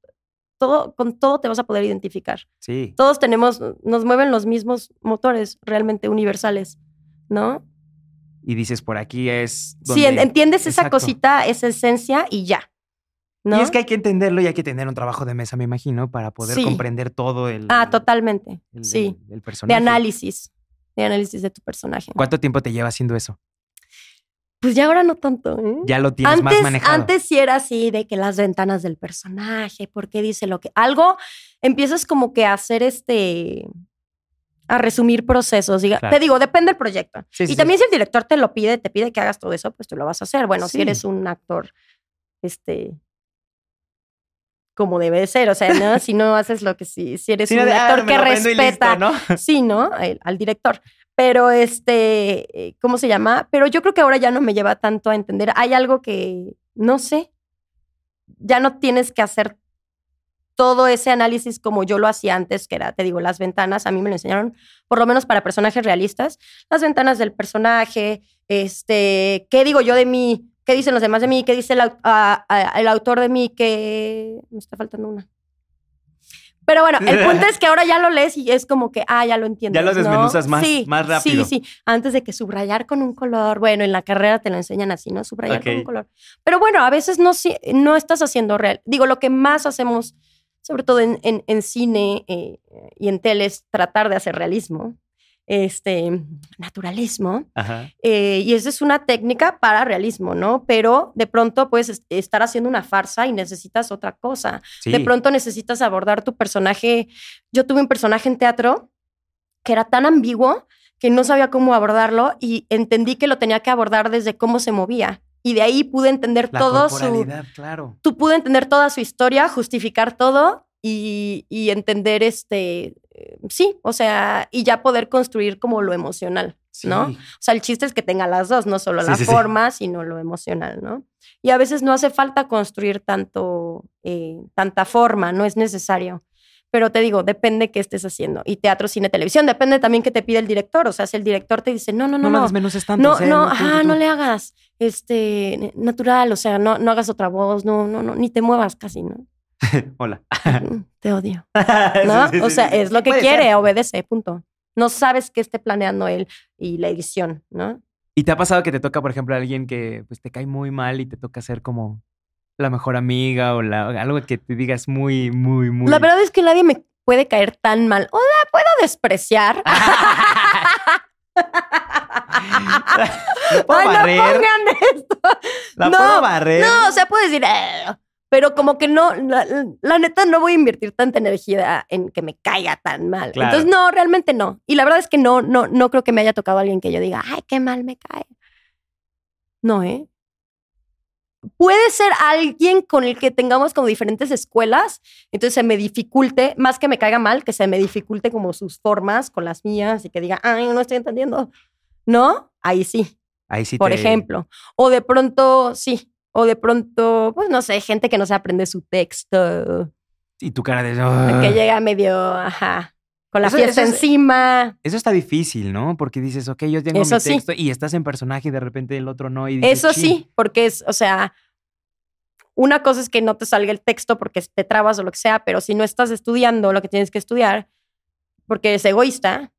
S2: todo, con todo te vas a poder identificar.
S1: sí.
S2: Todos tenemos, nos mueven los mismos motores realmente universales, ¿no?
S1: Y dices, por aquí es.
S2: si en-
S1: donde-
S2: entiendes esa
S1: Exacto.
S2: cosita, esa esencia y ya, ¿no?
S1: Y es que hay que entenderlo y hay que tener un trabajo de mesa, me imagino, para poder
S2: Sí.
S1: comprender todo el.
S2: ah, totalmente,
S1: el-
S2: sí,
S1: el- el
S2: de
S1: personaje.
S2: análisis, de análisis de tu personaje.
S1: ¿Cuánto tiempo te lleva haciendo eso?
S2: Pues ya ahora no tanto, ¿eh?
S1: Ya lo tienes más
S2: Antes,
S1: manejado.
S2: antes sí era así de que las ventanas del personaje, por qué dice lo que. Algo empiezas como que a hacer este. a resumir procesos. diga-
S1: Claro.
S2: Te digo, depende del proyecto.
S1: Sí, sí,
S2: y
S1: sí.
S2: también si el director te lo pide, te pide que hagas todo eso, pues tú lo vas a hacer. Bueno,
S1: Sí.
S2: si eres un actor, este. como debe de ser. O sea, ¿no? si no haces lo que sí. Si eres
S1: Sí,
S2: un
S1: de, ah,
S2: actor
S1: me
S2: que
S1: lo aprendo y
S2: respeta
S1: listo, ¿no?
S2: sí, ¿no? El- al director. Pero este, eh, ¿cómo se llama? Pero yo creo que ahora ya no me lleva tanto a entender. Hay algo que, no sé, ya no tienes que hacer todo ese análisis como yo lo hacía antes, que era, te digo, las ventanas, a mí me lo enseñaron, por lo menos para personajes realistas, las ventanas del personaje, este, ¿qué digo yo de mí? ¿Qué dicen los demás de mí? ¿Qué dice el, au- a- a- el autor de mí? Que me está faltando una. Pero bueno, el punto es que ahora ya lo lees y es como que, ah, ya lo entiendes.
S1: Ya lo
S2: ¿no?
S1: desmenuzas más- más rápido.
S2: Sí, sí. Antes de que subrayar con un color, bueno, en la carrera te lo enseñan así, ¿no? Subrayar con
S1: Ok.
S2: un color. Pero bueno, a veces no, si- no estás haciendo real. Digo, lo que más hacemos, sobre todo en, en- en cine eh, y en tele, es tratar de hacer realismo, este, naturalismo.
S1: Ajá.
S2: Eh, y esa es una técnica para realismo, ¿no? Pero de pronto puedes es- estar haciendo una farsa y necesitas otra cosa.
S1: Sí.
S2: De pronto necesitas abordar tu personaje. Yo tuve un personaje en teatro que era tan ambiguo que no sabía cómo abordarlo y entendí que lo tenía que abordar desde cómo se movía. Y de ahí pude entender
S1: La
S2: todo su,
S1: corporalidad, claro.
S2: tú pude entender toda su historia, justificar todo y, y entender este, eh, sí, o sea, y ya poder construir como lo emocional,
S1: Sí.
S2: ¿no? O sea, el chiste es que tenga las dos, no solo
S1: Sí,
S2: la
S1: sí, sí.
S2: forma, sino lo emocional, ¿no? Y a veces no hace falta construir tanto, eh, tanta forma, no es necesario. Pero te digo, depende qué estés haciendo. Y teatro, cine, televisión, depende también qué te pide el director. O sea, si el director te dice, no, no,
S1: No,
S2: no,
S1: lo
S2: no,
S1: desmenuces eh, tanto.
S2: no,
S1: o sea,
S2: no,
S1: tú, tú,
S2: ajá,
S1: tú.
S2: no le hagas este natural, o sea, no, no hagas otra voz, no, no, no, ni te muevas
S1: [LAUGHS]
S2: casi, ¿no?
S1: Hola.
S2: Mm, te odio.
S1: Ah, Sí,
S2: ¿No?
S1: sí,
S2: o
S1: sí,
S2: sea,
S1: sí.
S2: es lo que
S1: Puede
S2: quiere,
S1: ser.
S2: obedece, punto. No sabes qué esté planeando él y la edición, ¿no?
S1: ¿Y te ha pasado que te toca, por ejemplo, a alguien que pues, te cae muy mal y te toca ser como la mejor amiga o la, algo que te digas muy, muy, muy. [LAUGHS]
S2: La verdad es que nadie me puede caer tan mal. O la puedo despreciar.
S1: Ah, ¿La puedo
S2: [LAUGHS] Ay, no
S1: barrer?
S2: pongan esto.
S1: ¿La
S2: no,
S1: puedo barrer?
S2: No, o sea, puedo decir, "Eh", pero como que no, la, la neta no voy a invertir tanta energía en que me caiga tan mal.
S1: Claro.
S2: Entonces, no, realmente no. Y la verdad es que no, no, no creo que me haya tocado alguien que yo diga, ay, qué mal me cae. No, ¿eh? Puede ser alguien con el que tengamos como diferentes escuelas, entonces se me dificulte, más que me caiga mal, que se me dificulte como sus formas con las mías y que diga, ay, no estoy entendiendo. ¿No? Ahí sí
S1: Ahí sí
S2: por
S1: te-
S2: ejemplo. O de pronto, sí. O de pronto, pues no sé, gente que no se aprende su texto,
S1: Y tu cara de.
S2: que llega medio, ajá, con
S1: Ah.
S2: la
S1: Eso-
S2: fiesta
S1: eso es-
S2: encima.
S1: Eso está difícil, ¿no? Porque dices, ok, yo tengo
S2: Eso
S1: mi
S2: sí.
S1: texto y estás en personaje y de repente el otro no. Y dices,
S2: Eso
S1: "Chin".
S2: sí, porque es, o sea, una cosa es que no te salga el texto porque te trabas o lo que sea, pero si no estás estudiando lo que tienes que estudiar, porque es egoísta,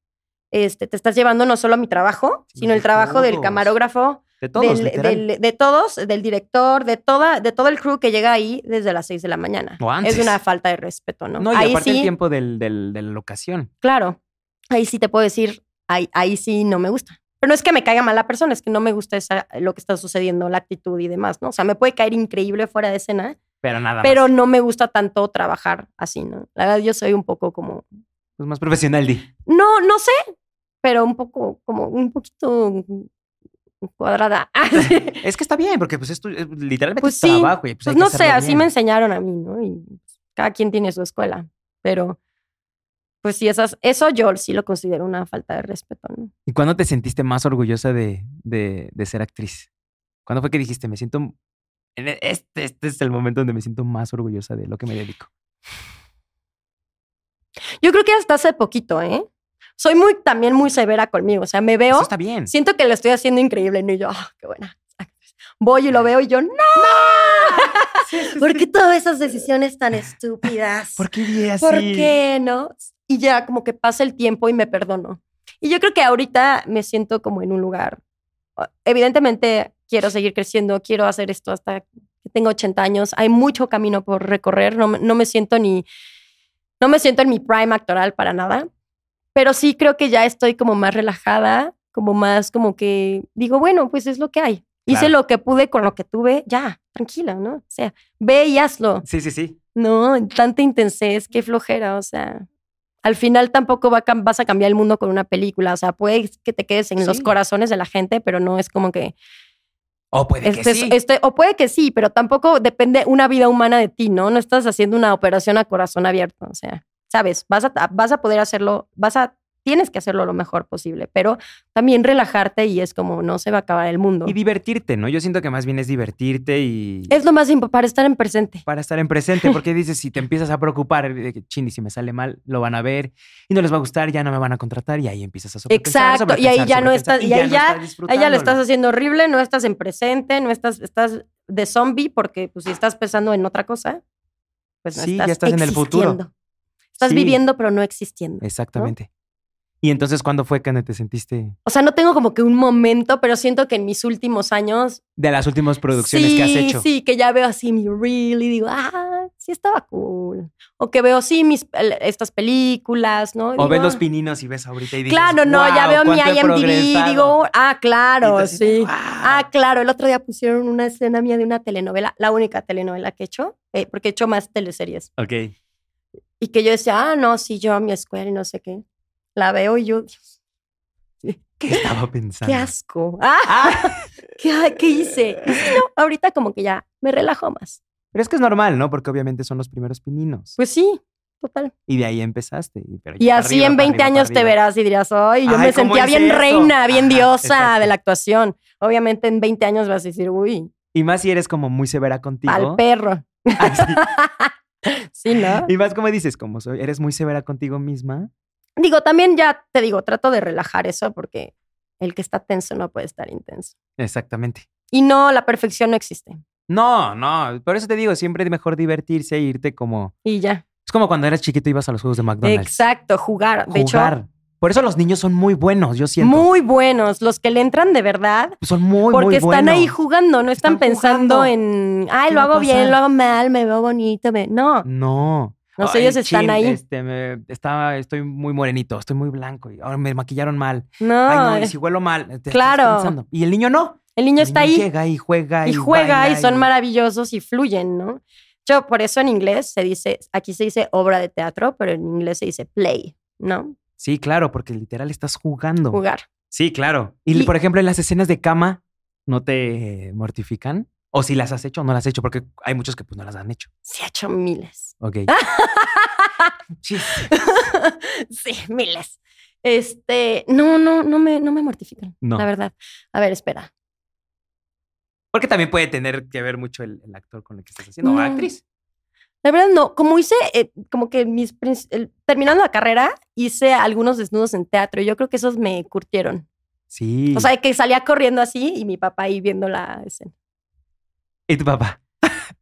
S2: este, te estás llevando no solo mi trabajo, sino
S1: De
S2: el trabajo del
S1: todos.
S2: camarógrafo,
S1: De todos,
S2: del-
S1: literal.
S2: del- de todos, del director, de, toda, de todo el crew que llega ahí desde las 6 de la mañana.
S1: O antes.
S2: Es una falta de respeto, ¿no?
S1: No, y
S2: ahí
S1: aparte
S2: sí,
S1: el tiempo del, del- de la ocasión.
S2: claro, ahí sí te puedo decir, ahí, ahí sí no me gusta. Pero no es que me caiga mal la persona, es que no me gusta esa- lo que está sucediendo, la actitud y demás, ¿no? O sea, me puede caer increíble fuera de escena,
S1: Pero nada
S2: pero
S1: más.
S2: no me gusta tanto trabajar así, ¿no? La verdad, yo soy un poco como,
S1: Es más profesional, Di.
S2: no, no sé, pero un poco, como un poquito
S1: [LAUGHS]
S2: cuadrada. [LAUGHS]
S1: Es que está bien, porque pues es tu, es- literalmente
S2: Pues
S1: es
S2: sí.
S1: trabajo. Y, pues,
S2: pues
S1: hay que
S2: no sé,
S1: hacerlo
S2: así
S1: bien.
S2: me enseñaron a mí, ¿no? Y cada quien tiene su escuela, pero pues sí, esas, eso yo sí lo considero una falta de respeto, ¿no?
S1: ¿Y cuándo te sentiste más orgullosa de, de- de ser actriz? ¿Cuándo fue que dijiste, me siento... en e- Este, este es el momento donde me siento más orgullosa de lo que me dedico.
S2: Yo creo que hasta hace poquito, ¿eh? Soy muy, también muy severa conmigo, o sea, me veo,
S1: Eso está bien.
S2: siento que lo estoy haciendo increíble, ¿no? Y yo, ah, qué buena. Voy y lo veo y yo, no, ¿por qué todas esas decisiones tan estúpidas?
S1: Pues ¿Por qué di así?
S2: ¿Por qué no? Y ya como que pasa el tiempo y me perdono. Y yo creo que ahorita me siento como en un lugar. Evidentemente quiero seguir creciendo, quiero hacer esto hasta que tengo 80 años. Hay mucho camino por recorrer. No, me- no me siento ni, no me siento en mi prime actoral para nada. Pero sí creo que ya estoy como más relajada, como más como que digo, bueno, pues es lo que hay. Hice
S1: Claro.
S2: lo que pude con lo que tuve, ya, tranquila, ¿no? O sea, ve y hazlo.
S1: Sí, sí, sí.
S2: No, tanta intensez, qué flojera, o sea. Al final tampoco va a cam- vas a cambiar el mundo con una película, o sea, puede que te quedes en los
S1: Sí.
S2: corazones de la gente, pero no es como que...
S1: O puede que
S2: este-
S1: sí.
S2: este- o puede que sí, pero tampoco depende una vida humana de ti, ¿no? No estás haciendo una operación a corazón abierto, o sea, sabes, vas a, vas a poder hacerlo, vas a... Tienes que hacerlo lo mejor posible, pero también relajarte y es como no se va a acabar el mundo.
S1: Y divertirte, ¿no? Yo siento que más bien es divertirte y...
S2: Es lo más importante para estar en presente.
S1: para estar en presente,
S2: [LAUGHS]
S1: porque dices, si te empiezas a preocupar de que, chin, y si me sale mal, lo van a ver y no les va a gustar, ya no me van a contratar y ahí empiezas a sobrepensar,
S2: Exacto, y ahí
S1: sobrepensar,
S2: ya no
S1: sobrepensar,
S2: estás- y ahí ya-
S1: no estás
S2: Ahí ya lo estás
S1: disfrutándolo.
S2: haciendo horrible, no estás en presente, no estás, estás de zombie porque pues si estás pensando en otra cosa, pues no
S1: Sí, ya
S2: estás,
S1: estás en el futuro.
S2: existiendo. Estás
S1: Sí,
S2: viviendo pero no existiendo.
S1: Exactamente. Y entonces, ¿cuándo fue que te sentiste
S2: O sea, no tengo como que un momento, pero siento que en mis últimos años
S1: de las últimas producciones
S2: sí,
S1: que has hecho?
S2: sí, que ya veo así mi reel y digo, ah, sí estaba cool. O que veo sí mis el- estas películas,
S1: O
S2: ¿no? Y digo,
S1: ves los
S2: "Ah".
S1: pininos y ves ahorita y dices,
S2: Claro, no, ya
S1: "Guau,
S2: veo mi
S1: cuánto he
S2: IMDb,
S1: progresado".
S2: digo, ah,
S1: Y tú
S2: claro,
S1: así,
S2: sí.
S1: "Guau".
S2: Ah, claro, el otro día pusieron una escena mía de una telenovela, la única telenovela que he hecho, eh, porque he hecho más teleseries.
S1: Ok.
S2: Y que yo decía, ah, no, sí, yo a mi escuela y no sé qué. La veo y yo, Dios,
S1: ¿Qué estaba pensando?
S2: qué asco. Ah, [LAUGHS] ¿qué, qué hice? Y sí, no, ahorita como que ya me relajo más.
S1: Pero es que es normal, ¿no? Porque obviamente son los primeros pininos.
S2: Pues sí, total.
S1: Y de ahí empezaste. y- pero ya
S2: Y
S1: para
S2: así
S1: arriba,
S2: en
S1: para
S2: 20
S1: arriba, para
S2: años te
S1: arriba.
S2: verás y dirás, ay, yo
S1: Ay, ¿cómo
S2: me sentía
S1: hice
S2: bien
S1: eso?
S2: reina, bien
S1: Ajá,
S2: diosa
S1: exacto.
S2: de la actuación. Obviamente en 20 años vas a decir, uy,
S1: Y más si eres como muy severa contigo.
S2: al
S1: [LAUGHS]
S2: perro. [LAUGHS]
S1: Así.
S2: Sí, ¿no?
S1: Y más como dices, como soy, eres muy severa contigo misma.
S2: Digo, también ya te digo, trato de relajar eso porque el que está tenso no puede estar intenso.
S1: Exactamente.
S2: Y no, la perfección no existe.
S1: No, no, por eso te digo, siempre es mejor divertirse e irte como...
S2: Y ya.
S1: Es como cuando eras chiquito ibas a los juegos de McDonald's.
S2: Exacto, jugar. De
S1: jugar.
S2: hecho,
S1: por eso los niños son muy buenos, yo siento.
S2: muy buenos. Los que le entran de verdad.
S1: son muy,
S2: Porque
S1: muy buenos.
S2: están ahí jugando, no están,
S1: Están
S2: pensando
S1: jugando.
S2: en, ay,
S1: ¿Qué
S2: lo
S1: va a
S2: hago bien,
S1: pasar?
S2: lo hago mal, me veo bonito. me-". No,
S1: No.
S2: no sé,
S1: Ay,
S2: ellos están
S1: chin,
S2: ahí.
S1: Este, me- estaba, estoy muy morenito, estoy muy blanco. Y ahora me maquillaron mal.
S2: no,
S1: Ay, no, y si huelo mal. te estás
S2: Claro.
S1: pensando. Y el niño no.
S2: el niño
S1: El
S2: está
S1: niño
S2: ahí.
S1: Llega y juega.
S2: y juega y
S1: baila
S2: son maravillosos y fluyen, ¿no? Yo, por eso en inglés se dice, aquí se dice obra de teatro, pero en inglés se dice play, ¿no?
S1: Sí, claro, porque literal estás jugando.
S2: Jugar.
S1: Sí, claro. Y,
S2: Y-
S1: por ejemplo, en las escenas de cama, ¿no te mortifican? O si las has hecho o no las has hecho, porque hay muchos que pues no las han hecho.
S2: Sí, he hecho miles. [LAUGHS]
S1: Ok. Sí.
S2: sí, miles. Este, no, no, no me, no me mortifican,
S1: No.
S2: la verdad. A ver, espera.
S1: Porque también puede tener que ver mucho el, el actor con el que estás haciendo, o
S2: No.
S1: actriz.
S2: La verdad, no. Como hice, eh, como que mis, prin- el- terminando la carrera, hice algunos desnudos en teatro. y Yo creo que esos me curtieron.
S1: Sí.
S2: O sea, que salía corriendo así y mi papá ahí viendo la escena.
S1: y tu papá.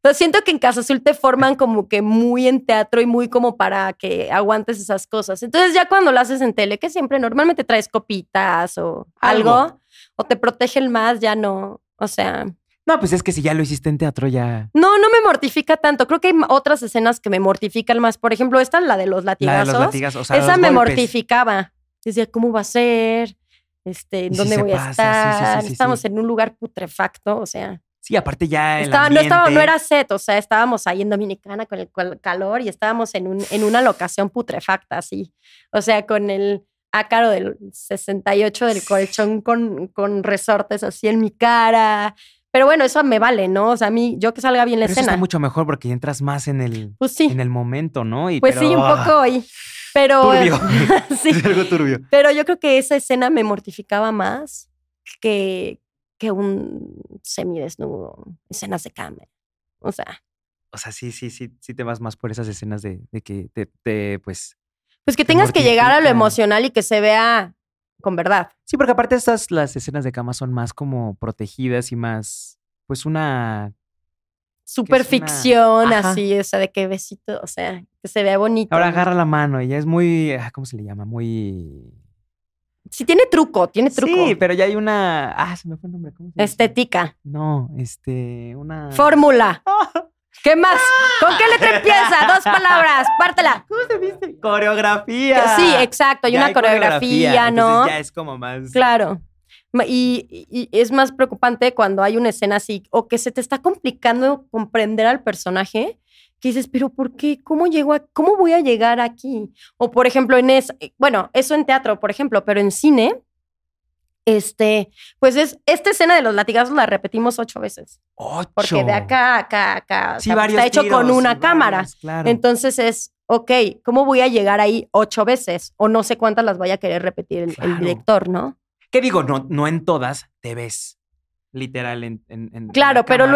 S2: Pero siento que en Casa Azul
S1: [LAUGHS]
S2: te forman como que muy en teatro y muy como para que aguantes esas cosas. Entonces ya cuando lo haces en tele, que siempre normalmente traes copitas o algo,
S1: Algo.
S2: o te protegen más, ya no. O sea,
S1: No, pues es que si ya lo hiciste en teatro, ya.
S2: no, no me mortifica tanto. Creo que hay m- otras escenas que me mortifican más. Por ejemplo, esta, la de los
S1: La de
S2: latigazos.
S1: los latigas, o sea,
S2: Esa
S1: los
S2: me
S1: golpes.
S2: mortificaba. Decía, ¿cómo va a ser? Este,
S1: Y
S2: ¿en
S1: sí
S2: ¿Dónde
S1: se
S2: voy a
S1: pasa, sí, sí, sí,
S2: estar?
S1: sí, sí.
S2: Estamos en un lugar putrefacto, o sea.
S1: Sí, aparte ya. El
S2: Estaba, no, estaba, no
S1: ambiente.
S2: era set, o sea, estábamos ahí en Dominicana con el cual- calor y estábamos en, un, en una locación putrefacta, así. O sea, con el ácaro del 68 del colchón con, con resortes así en mi cara. Pero bueno, eso me vale, ¿no? O sea, a mí, yo que salga bien la
S1: Pero eso
S2: escena.
S1: está mucho mejor porque entras más en el,
S2: Pues sí,
S1: en el momento, ¿no? Y-
S2: pues
S1: pero,
S2: sí, un
S1: ah,
S2: poco ahí. Pero.
S1: [LAUGHS] Turbio.
S2: [LAUGHS]
S1: [LAUGHS]
S2: sí.
S1: Es algo turbio.
S2: Pero yo creo que esa escena me mortificaba más que, que un semidesnudo, escenas de cama. O sea,
S1: O sea, sí, sí, sí, sí te vas más por esas escenas de, de que te, te, pues.
S2: pues que
S1: Te
S2: tengas que llegar a lo
S1: mortifica.
S2: emocional y que se vea con verdad.
S1: Sí, porque aparte estas, las escenas de cama son más como protegidas y más, pues una.
S2: Superficción,
S1: Ajá.
S2: así, o sea, de que besito, o sea, que se vea bonito.
S1: Ahora agarra la mano y ya es muy, ah, ¿cómo se le llama? Muy.
S2: Sí, tiene truco, tiene truco.
S1: Sí, pero ya hay una, ah, se me fue el nombre. ¿cómo se dice?
S2: Estética,
S1: No, este, una. [LAUGHS]
S2: fórmula. ¿Qué más? ¿Con qué letra empieza? Dos palabras, pártela.
S1: ¿Cómo se viste? Coreografía.
S2: Sí, exacto, hay
S1: Ya
S2: una coreografía, ¿no?
S1: entonces Ya es como más.
S2: Claro. Ma- Y, y- y es más preocupante cuando hay una escena así o que se te está complicando comprender al personaje, que dices, pero ¿por qué? ¿Cómo llego a, cómo voy a llegar aquí? O por ejemplo, en es, eh, bueno, eso en teatro, por ejemplo, pero en cine, este, pues es esta escena de los latigazos la repetimos ocho veces,
S1: Ocho.
S2: porque de acá a acá a acá, o
S1: Sí,
S2: sea, pues,
S1: varios
S2: está hecho con
S1: tiros,
S2: una
S1: sí,
S2: cámara.
S1: varios, claro.
S2: Entonces es, ok, ¿cómo voy a llegar ahí ocho veces? O no sé cuántas las vaya a querer repetir el-
S1: Claro.
S2: el director, ¿no?
S1: ¿Qué digo? No, no en todas te ves. Literal, en. en- en- en
S2: Claro,
S1: la
S2: pero
S1: cámara,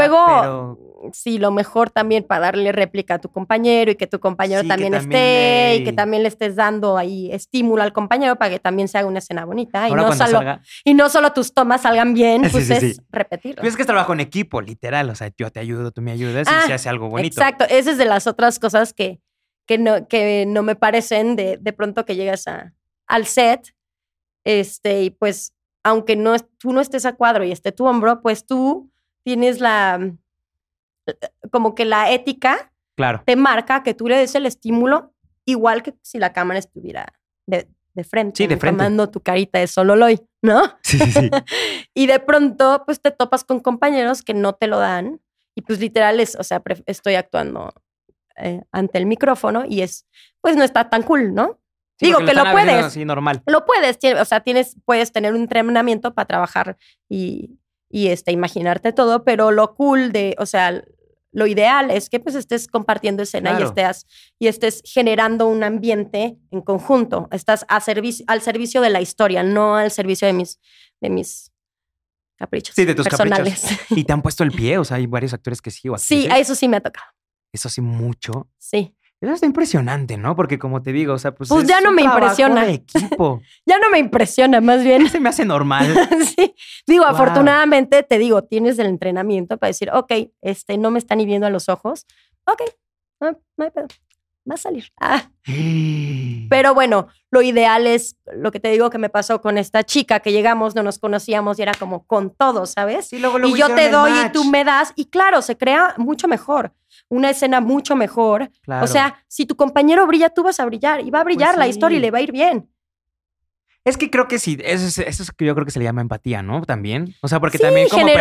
S2: luego,
S1: pero-
S2: sí, lo mejor también para darle réplica a tu compañero y que tu compañero
S1: Sí, que
S2: también,
S1: también
S2: esté
S1: le-
S2: y que también le estés dando ahí estímulo al compañero para que también se haga una escena bonita y,
S1: Ahora
S2: no
S1: cuando
S2: solo,
S1: salga.
S2: y no solo tus tomas salgan bien,
S1: [LAUGHS] Sí,
S2: pues
S1: sí,
S2: es
S1: sí.
S2: repetirlo.
S1: Pues es que es trabajo en equipo, literal. O sea, yo te ayudo, tú me ayudas
S2: Ah,
S1: y se hace algo bonito.
S2: Exacto, esa es de las otras cosas que, que, no, que no me parecen de, de pronto que llegas a, al set, este, y pues aunque no, es- tú no estés a cuadro y esté tu hombro, pues tú tienes la, eh, como que la ética
S1: Claro. [LAUGHS]
S2: te marca que tú le des el estímulo igual que si la cámara estuviera de, de frente.
S1: Sí, de frente.
S2: Tomando tu carita de sololoy, ¿no?
S1: Sí, sí, sí.
S2: Y de pronto, pues te topas con compañeros que no te lo dan. Y pues literal es, o sea, pref- estoy actuando eh, ante el micrófono y es, pues no está tan cool, ¿no?
S1: Sí,
S2: Digo
S1: porque
S2: que lo
S1: están abriendo
S2: puedes.
S1: así, normal.
S2: Lo puedes, tie- o sea, tienes, puedes tener un entrenamiento para trabajar y, y este, imaginarte todo, pero lo cool de, o sea, lo ideal es que pues estés compartiendo escena y,
S1: Claro.
S2: estés, y estés generando un ambiente en conjunto. Estás a servicio al servicio de la historia, no al servicio de mis, de mis caprichos
S1: Sí, de tus caprichos.
S2: personales.
S1: Y te han puesto el pie, o sea, hay varios actores que sí o
S2: Sí,
S1: actrices.
S2: a eso sí me ha tocado.
S1: Eso sí, mucho.
S2: Sí.
S1: Eso está impresionante, ¿no? Porque como te digo, o sea, pues.
S2: Pues
S1: es
S2: ya no
S1: un
S2: me
S1: trabajo
S2: impresiona.
S1: de
S2: [LAUGHS]
S1: equipo.
S2: Ya no me impresiona, más bien.
S1: Se me hace normal.
S2: [LAUGHS] Sí. Digo,
S1: Wow.
S2: afortunadamente te digo, tienes el entrenamiento para decir, ok, este, no me están ni viendo a los ojos. Ok, no, no hay pedo. Va a salir. Ah,
S1: ¡Eh!
S2: Pero bueno, lo ideal es lo que te digo que me pasó con esta chica que llegamos, no nos conocíamos y era como con todo, ¿sabes?
S1: Sí, luego, luego
S2: Y yo
S1: hicieron
S2: te
S1: el
S2: doy y
S1: match.
S2: tú me das. Y claro, se crea mucho mejor. Una escena mucho mejor.
S1: Claro. Pues
S2: O sea, si tu compañero brilla, tú vas a brillar. Y va a brillar la
S1: sí.
S2: historia y le va a ir bien.
S1: Es que creo que sí, eso es, eso es que yo creo que se le llama empatía, ¿no? También. O sea, porque
S2: Sí,
S1: también como persona.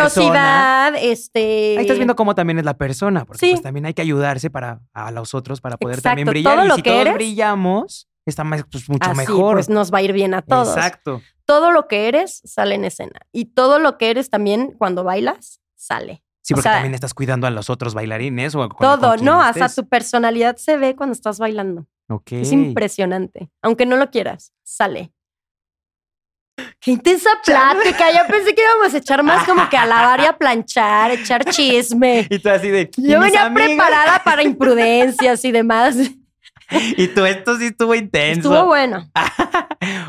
S2: generosidad, este...
S1: Ahí estás viendo cómo también es la persona, porque
S2: Sí.
S1: pues también hay que ayudarse para a los otros para poder también
S2: Exacto,
S1: brillar.
S2: todo
S1: y
S2: lo
S1: si
S2: que
S1: todos
S2: eres-
S1: brillamos, está más- pues, mucho
S2: Así,
S1: mejor.
S2: Pues nos va a ir bien a todos.
S1: Exacto.
S2: Todo lo que eres sale en escena. Y todo lo que eres también cuando bailas sale.
S1: Sí,
S2: O
S1: porque
S2: sea,
S1: también estás cuidando a los otros bailarines o con-
S2: todo,
S1: con quien
S2: ¿no? Hasta
S1: estés.
S2: tu personalidad se ve cuando estás bailando.
S1: Ok.
S2: Es impresionante. Aunque no lo quieras, sale. Qué intensa
S1: Chale.
S2: plática. Yo pensé que íbamos a echar más como que a lavar y a planchar, echar chisme.
S1: Y tú así de. "¿Y
S2: Yo
S1: mis
S2: venía
S1: amigas?"
S2: preparada para imprudencias y demás.
S1: Y tú, esto sí estuvo intenso. Ah.
S2: Estuvo bueno.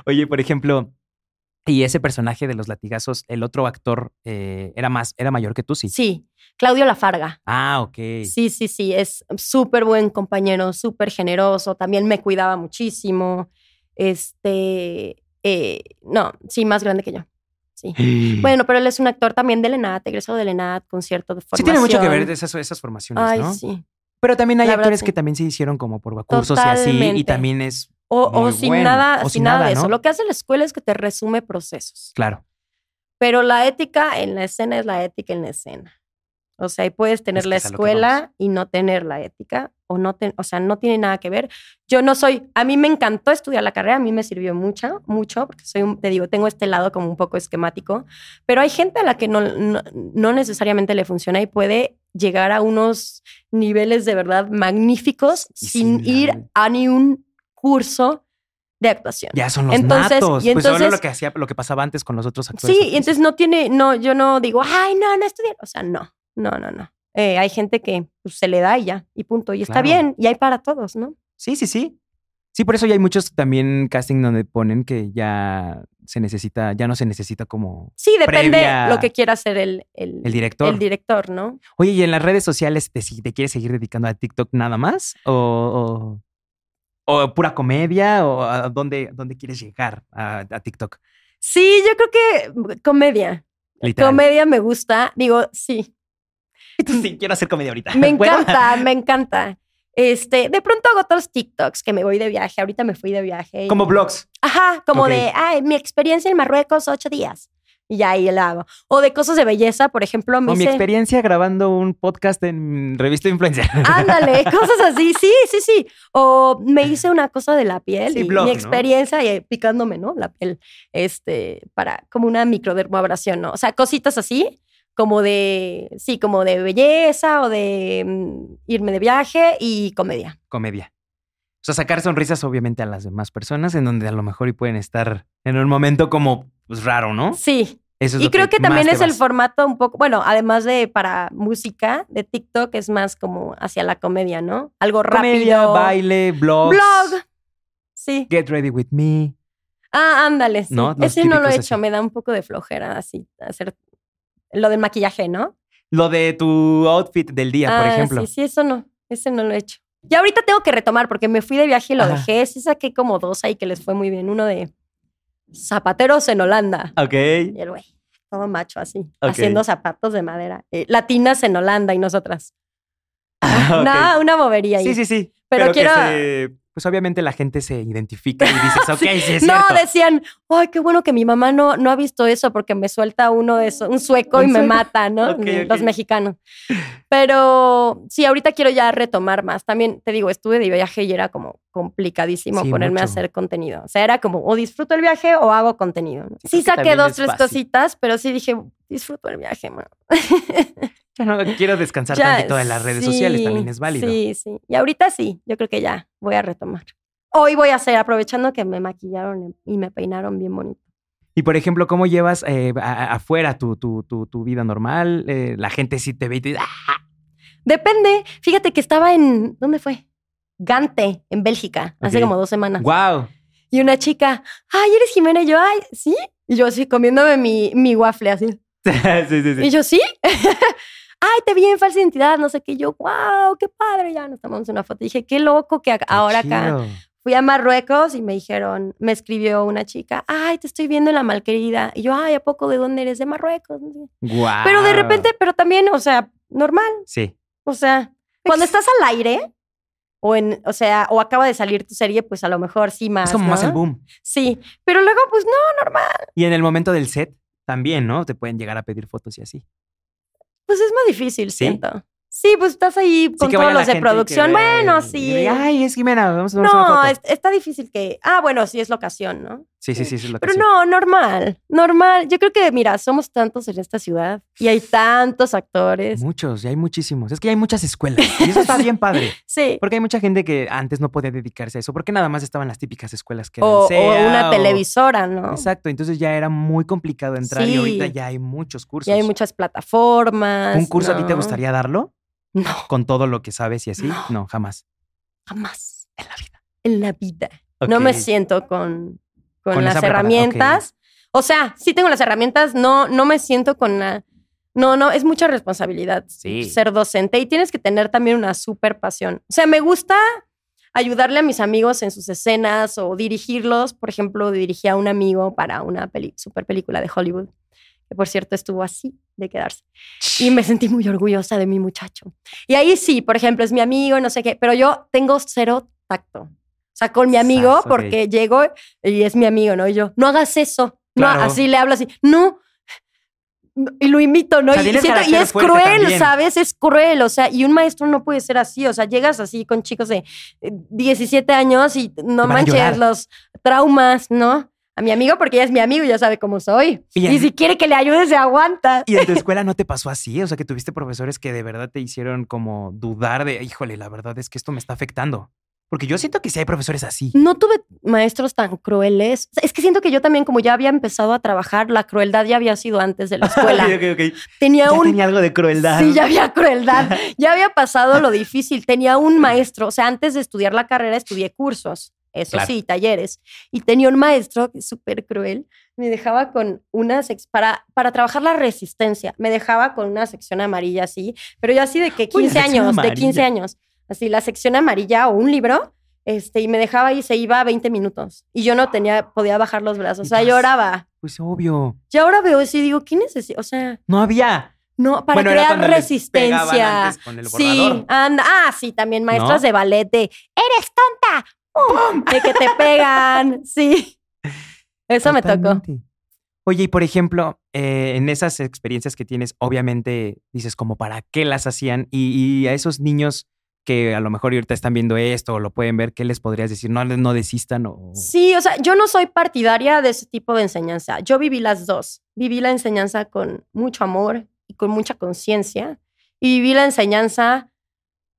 S1: Oye, por ejemplo, Y ese personaje de los latigazos, el otro actor eh, era más, era mayor que tú, sí.
S2: Sí, Claudio Lafarga.
S1: Ah, ok.
S2: Sí, sí, sí, es súper buen compañero, súper generoso, también me cuidaba muchísimo. Este, eh, no, sí, más grande que yo. Sí. Bueno, pero él es un actor también de Lenat, egresado de Lenat, concierto de formación.
S1: sí tiene mucho que ver esas, esas formaciones,
S2: Ay,
S1: ¿no?
S2: sí.
S1: Pero también hay
S2: La verdad,
S1: actores
S2: sí.
S1: que también se hicieron como por cursos y así, y
S2: Totalmente.
S1: también es,
S2: O, o
S1: Muy
S2: sin
S1: bueno.
S2: nada,
S1: O
S2: sin
S1: sin
S2: nada,
S1: nada,
S2: de eso.
S1: ¿no?
S2: Lo que hace la escuela es que te resume procesos.
S1: claro,
S2: Pero la ética en la escena es la ética en la escena. O sea, y puedes tener
S1: Es que
S2: la
S1: es a lo que
S2: escuela y no tener la ética, o no ten- o sea, no tiene nada que ver. Yo no soy, a mí me encantó estudiar la carrera, a mí me sirvió mucho, mucho, porque soy, un- te digo, tengo este lado como un poco esquemático, pero hay gente a la que no, no, no necesariamente le funciona y puede llegar a unos niveles de verdad magníficos
S1: Y
S2: sin
S1: sin la-
S2: ir a ni un curso de actuación.
S1: ya son los
S2: Entonces,
S1: natos.
S2: y
S1: pues
S2: entonces-
S1: solo lo que hacía, lo que pasaba antes con los otros actores.
S2: Sí, y entonces no tiene, no, yo no digo, ay, no, no estudié. O sea, no, no, no, no. Eh, hay gente que pues, se le da y ya, y punto. Y está
S1: Claro.
S2: bien, y hay para todos, ¿no?
S1: Sí, sí, sí. Sí, por eso ya hay muchos también casting donde ponen que ya se necesita, ya no se necesita como
S2: Sí, depende
S1: Previa-
S2: lo que quiera hacer el, el,
S1: el director.
S2: el director, ¿no?
S1: Oye, ¿y en las redes sociales te, si- te quieres seguir dedicando a TikTok nada más? ¿O, o, o pura comedia? ¿O a dónde, dónde quieres llegar a, a TikTok?
S2: Sí, yo creo que mm, comedia.
S1: Literal.
S2: Comedia me gusta. Digo, sí,
S1: [LAUGHS] Sí, quiero hacer comedia ahorita. [LAUGHS]
S2: me
S1: ¿Puedo?
S2: encanta, me encanta. Este, de pronto hago otros TikToks que me voy de viaje. Ahorita me fui de viaje. y-
S1: Como blogs.
S2: Ajá, como
S1: Ok.
S2: de, ay, mi experiencia en Marruecos, ocho días. Y ya ahí la hago. O de cosas de belleza, por ejemplo, me
S1: O mi
S2: hice-
S1: experiencia grabando un podcast en revista influencer.
S2: Ah. Ándale, cosas así, sí, sí, sí. O me hice una cosa de la piel
S1: Sí,
S2: y
S1: blog,
S2: mi
S1: ¿no?
S2: experiencia y eh, picándome, ¿no? La piel, este, para como una microdermoabrasión, ¿no? O sea, cositas así, como de, sí, como de belleza o de mm, irme de viaje y comedia.
S1: [LAUGHS] comedia. O sea, sacar sonrisas obviamente a las demás personas en donde a lo mejor y pueden estar en un momento como pues, raro, ¿no?
S2: Sí,
S1: Eso es
S2: y
S1: lo
S2: creo que,
S1: más
S2: también
S1: te
S2: es el
S1: vas.
S2: formato un poco, bueno, además de para música de TikTok es más como hacia la comedia, ¿no? Algo
S1: Comedia,
S2: rápido.
S1: baile, blogs.
S2: Blog. Sí.
S1: Get ready with me.
S2: Ah, ándale. sí.
S1: No, los
S2: Ese no lo he
S1: típicos
S2: hecho,
S1: así.
S2: me da un poco de flojera así hacer lo del maquillaje, ¿no?
S1: Lo de tu outfit del día, por
S2: Ah,
S1: ejemplo.
S2: Sí, sí, eso no, ese no lo he hecho. Y ahorita tengo que retomar porque me fui de viaje y lo
S1: Ajá.
S2: dejé, sí saqué como dos ahí que les fue muy bien, uno de zapateros en Holanda.
S1: Ok.
S2: Y el güey, todo macho así,
S1: Ok.
S2: haciendo zapatos de madera. Eh, latinas en Holanda y nosotras.
S1: [LAUGHS] Ok.
S2: Ah, Nada, una bobería ahí.
S1: Sí, sí, sí.
S2: Pero
S1: que
S2: quiero-
S1: se- Pues obviamente la gente se identifica y
S2: [LAUGHS]
S1: dices, ok, sí, es
S2: no,
S1: cierto.
S2: decían, ay, qué bueno que mi mamá no, no ha visto eso porque me suelta uno de esos, un sueco y
S1: ¿Un
S2: me
S1: sueco?
S2: mata, ¿no?
S1: Ok,
S2: Los
S1: ok.
S2: mexicanos. Pero sí, ahorita quiero ya retomar más. También te digo, estuve de viaje y era como complicadísimo
S1: Sí,
S2: ponerme a
S1: mucho.
S2: hacer contenido. O sea, era como o disfruto el viaje o hago contenido. ¿no? Sí,
S1: creo que
S2: saqué
S1: también
S2: dos,
S1: es
S2: tres
S1: fácil.
S2: cositas, pero sí dije, disfruto el viaje, [LAUGHS] mano.
S1: Ya [LAUGHS] no quiero descansar
S2: Ya,
S1: tantito de las redes sociales, también es válido.
S2: Sí, sí. Y ahorita sí, yo creo que ya voy a retomar. Hoy voy a hacer, aprovechando que me maquillaron y me peinaron bien bonito.
S1: Y por ejemplo, ¿cómo llevas eh, a- a- afuera tu, tu, tu, tu vida normal? Eh, la gente sí te ve y te dice, "Ah,
S2: Depende. Fíjate que estaba en. ¿Dónde fue? Gante, en Bélgica, hace
S1: Ok.
S2: como dos semanas.
S1: wow.
S2: Y una chica, ay, eres Jimena. Y yo, ay, sí. Y yo así comiéndome mi, mi waffle así.
S1: [LAUGHS] sí, sí, sí.
S2: Y yo, sí. [LAUGHS] ay, te vi en falsa identidad, no sé qué. Y yo, wow, qué padre. Ya nos tomamos una foto. Y dije, qué loco que ac-
S1: Qué
S2: ahora acá.
S1: chido.
S2: fui a Marruecos y me dijeron, me escribió una chica, ay, te estoy viendo en la malquerida. Y yo, ay, ¿a poco de dónde eres? De Marruecos.
S1: Guau.
S2: Pero de repente, pero también, o sea, normal.
S1: Sí.
S2: O sea, cuando estás al aire, o en, o sea, o acaba de salir tu serie, pues a lo mejor sí más.
S1: Es como más
S2: ¿no?
S1: el boom.
S2: Sí. Pero luego, pues no, normal.
S1: Y en el momento del set también, ¿no? Te pueden llegar a pedir fotos y así.
S2: Pues es más difícil,
S1: ¿Sí?
S2: siento. Sí, pues estás ahí con
S1: que
S2: todos
S1: vaya la
S2: los de
S1: gente y que
S2: producción.
S1: vea
S2: Bueno,
S1: y- y
S2: sí.
S1: diga, Ay, es Jimena, vamos a tomarnos una
S2: no,
S1: foto.
S2: es- está difícil que. Ah, bueno, sí es la ocasión, ¿no?
S1: Sí, sí, sí, eso es lo que
S2: Pero
S1: sí.
S2: no, normal, normal. Yo creo que, mira, somos tantos en esta ciudad y hay tantos actores.
S1: Muchos, y hay muchísimos. Es que ya hay muchas escuelas. Y eso está bien
S2: [LAUGHS]
S1: padre.
S2: Sí.
S1: Porque hay mucha gente que antes no podía dedicarse a eso. Porque nada más estaban las típicas escuelas que
S2: O,
S1: eran
S2: o
S1: SEA,
S2: una
S1: o-
S2: televisora, ¿no?
S1: Exacto. Entonces ya era muy complicado entrar
S2: Sí.
S1: y ahorita ya hay muchos cursos.
S2: Y hay muchas plataformas.
S1: ¿Un curso a ti te
S2: ¿no?
S1: gustaría darlo?
S2: No,
S1: Con todo lo que sabes y así.
S2: No.
S1: No, jamás.
S2: jamás.
S1: En la vida.
S2: En la vida. No me
S1: Ok.
S2: siento con, con
S1: Con
S2: las
S1: esa prepara-
S2: herramientas. O sea, sí tengo las herramientas, no, no me siento con la- No, no, es mucha responsabilidad
S1: Sí.
S2: ser docente y tienes que tener también una super pasión. O sea, me gusta ayudarle a mis amigos en sus escenas o dirigirlos. Por ejemplo, dirigí a un amigo para una peli, super película de Hollywood, que por cierto estuvo así de quedarse. Y me sentí muy orgullosa de mi muchacho. Y ahí sí, por ejemplo, es mi amigo, no sé qué, pero yo tengo cero tacto. O sea, con mi amigo,
S1: Sas, ok.
S2: porque llego y es mi amigo, ¿no? Y yo, no hagas eso.
S1: Claro.
S2: No, así le hablo así, no. Y lo imito, ¿no?
S1: O sea,
S2: Y
S1: tiene el
S2: siento- y
S1: carácter
S2: es
S1: fuerte
S2: cruel,
S1: también.
S2: ¿sabes? Es cruel, o sea, y un maestro no puede ser así, o sea, llegas así con chicos de eh, 17 años y no
S1: Van a llorar.
S2: manches los traumas, ¿no? A mi amigo, porque ella es mi amigo y ya sabe cómo soy.
S1: Y
S2: Y,
S1: en-
S2: si quiere que le ayude, se aguanta.
S1: ¿Y en tu escuela no te pasó así? O sea, que tuviste profesores que de verdad te hicieron como dudar de, híjole, la verdad es que esto me está afectando. Porque yo siento que sí hay profesores así.
S2: No tuve maestros tan crueles. O sea, Es que siento que yo también, como ya había empezado a trabajar, la crueldad ya había sido
S1: [LAUGHS]
S2: antes de la escuela.
S1: [LAUGHS] Ok, ok, ok.
S2: Tenía
S1: Ya
S2: un
S1: tenía algo de crueldad.
S2: Sí, ya
S1: [LAUGHS]
S2: había crueldad. Ya había pasado lo difícil. Tenía un maestro, o sea, antes de estudiar la carrera estudié cursos, eso
S1: Claro.
S2: sí, talleres. Y tenía un maestro que es súper cruel. Me dejaba con unas, ex- para, para trabajar la resistencia, me dejaba con una sección amarilla así, pero yo así de que
S1: Uy, la
S2: 15
S1: sección
S2: años, de 15
S1: amarilla.
S2: años, así la sección amarilla o un libro. Este, y me dejaba y se iba 20 minutos. Y yo no tenía, podía bajar los brazos. O sea,
S1: Ya sé.
S2: lloraba.
S1: Pues obvio.
S2: Y ahora veo eso y digo, ¿qué necesidad? O sea,
S1: No había.
S2: no, para
S1: Bueno, era
S2: crear
S1: cuando les pegaban
S2: resistencia.
S1: antes con el
S2: Sí,
S1: borrador.
S2: anda. Ah, sí, también maestras
S1: ¿No?
S2: de ballet de eres tonta. ¡Pum! De que te pegan. [LAUGHS] Sí. Eso me tocó.
S1: Totalmente. Oye, y por ejemplo, eh, en esas experiencias que tienes, obviamente dices como para qué las hacían y, y a esos niños que a lo mejor ahorita están viendo esto o lo pueden ver, ¿qué les podrías decir? No, no desistan o...
S2: Sí, o sea, yo no soy partidaria de ese tipo de enseñanza. Yo viví las dos. Viví la enseñanza con mucho amor y con mucha conciencia. Y viví la enseñanza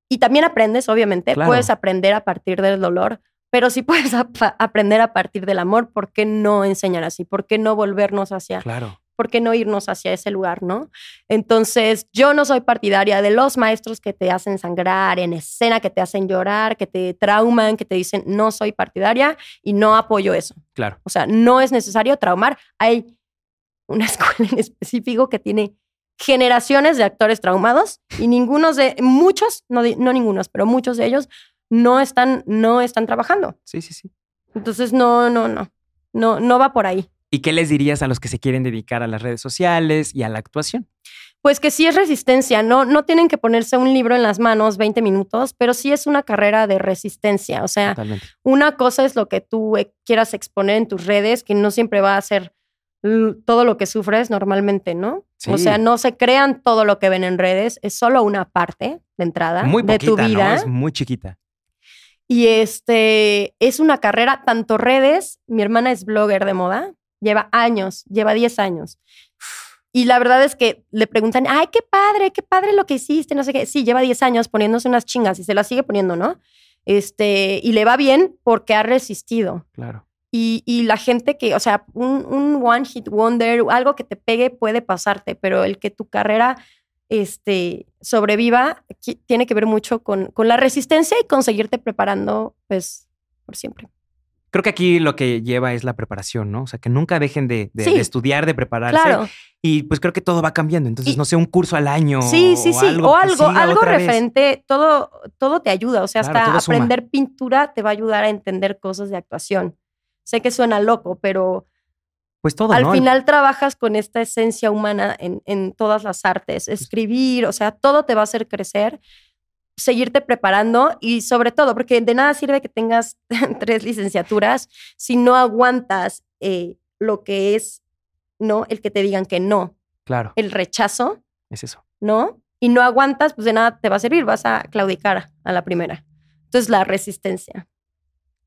S2: y también aprendes, obviamente.
S1: Claro.
S2: Puedes aprender a partir del dolor, pero si puedes ap- aprender a partir del amor, ¿por qué no enseñar así? ¿Por qué no volvernos hacia
S1: Claro.
S2: ¿por qué no irnos hacia ese lugar, no? Entonces, yo no soy partidaria de los maestros que te hacen sangrar en escena, que te hacen llorar, que te trauman, que te dicen, no soy partidaria y no apoyo eso.
S1: Claro.
S2: O sea, no es necesario traumar. Hay una [LAUGHS] escuela en específico que tiene generaciones de actores traumados y ningunos de, muchos, no, di- no ningunos, pero muchos de ellos no están, no están trabajando.
S1: Sí, sí, sí.
S2: Entonces, no, no, no. No, no va por ahí.
S1: ¿Y qué les dirías a los que se quieren dedicar a las redes sociales y a la actuación?
S2: Pues que sí es resistencia, ¿no? No tienen que ponerse un libro en las manos 20 minutos, pero sí es una carrera de resistencia. O sea,
S1: Totalmente.
S2: una cosa es lo que tú eh, quieras exponer en tus redes, que no siempre va a ser l- todo lo que sufres normalmente, ¿no?
S1: Sí.
S2: O sea, no se crean todo lo que ven en redes, es solo una parte de entrada
S1: Muy
S2: Ah, de
S1: poquita,
S2: tu vida.
S1: ¿no? Es muy chiquita.
S2: Y este es una carrera, tanto redes, mi hermana es blogger de moda, lleva años, lleva 10 años. Y la verdad es que le preguntan, ay, qué padre, qué padre lo que hiciste, no sé qué. Sí, lleva 10 años poniéndose unas chingas y se las sigue poniendo, ¿no? Este, y le va bien porque ha resistido.
S1: Claro.
S2: Y, y la gente que, o sea, un, un one hit wonder, algo que te pegue puede pasarte, pero el que tu carrera este, sobreviva qui- tiene que ver mucho con, con la resistencia y conseguirte preparando, pues, por siempre.
S1: Creo que aquí lo que lleva es la preparación, ¿no? O sea, que nunca dejen de, de-
S2: Sí.
S1: de estudiar, de prepararse.
S2: Claro,
S1: Y pues creo que todo va cambiando. Enences,
S2: Y-
S1: no sé, un curso al año.
S2: sí, sí, sí. O
S1: que
S2: algo,
S1: siga
S2: algo
S1: otra vez.
S2: referente, todo, todo te ayuda. O sea,
S1: Claro,
S2: hasta
S1: todo suma.
S2: aprender pintura te va a ayudar a entender cosas de actuación. Sé que suena loco, pero
S1: Pues todo,
S2: Al
S1: ¿no?
S2: final trabajas con esta esencia humana en, en todas las artes, escribir, o sea, todo te va a hacer crecer, seguirte preparando y sobre todo, porque de nada sirve que tengas [LAUGHS] tres licenciaturas si no aguantas eh, lo que es, ¿no? El que te digan que no,
S1: Claro,
S2: el rechazo,
S1: es eso.
S2: ¿no? Y no aguantas, pues de nada te va a servir, vas a claudicar a la primera. Entonces, la resistencia.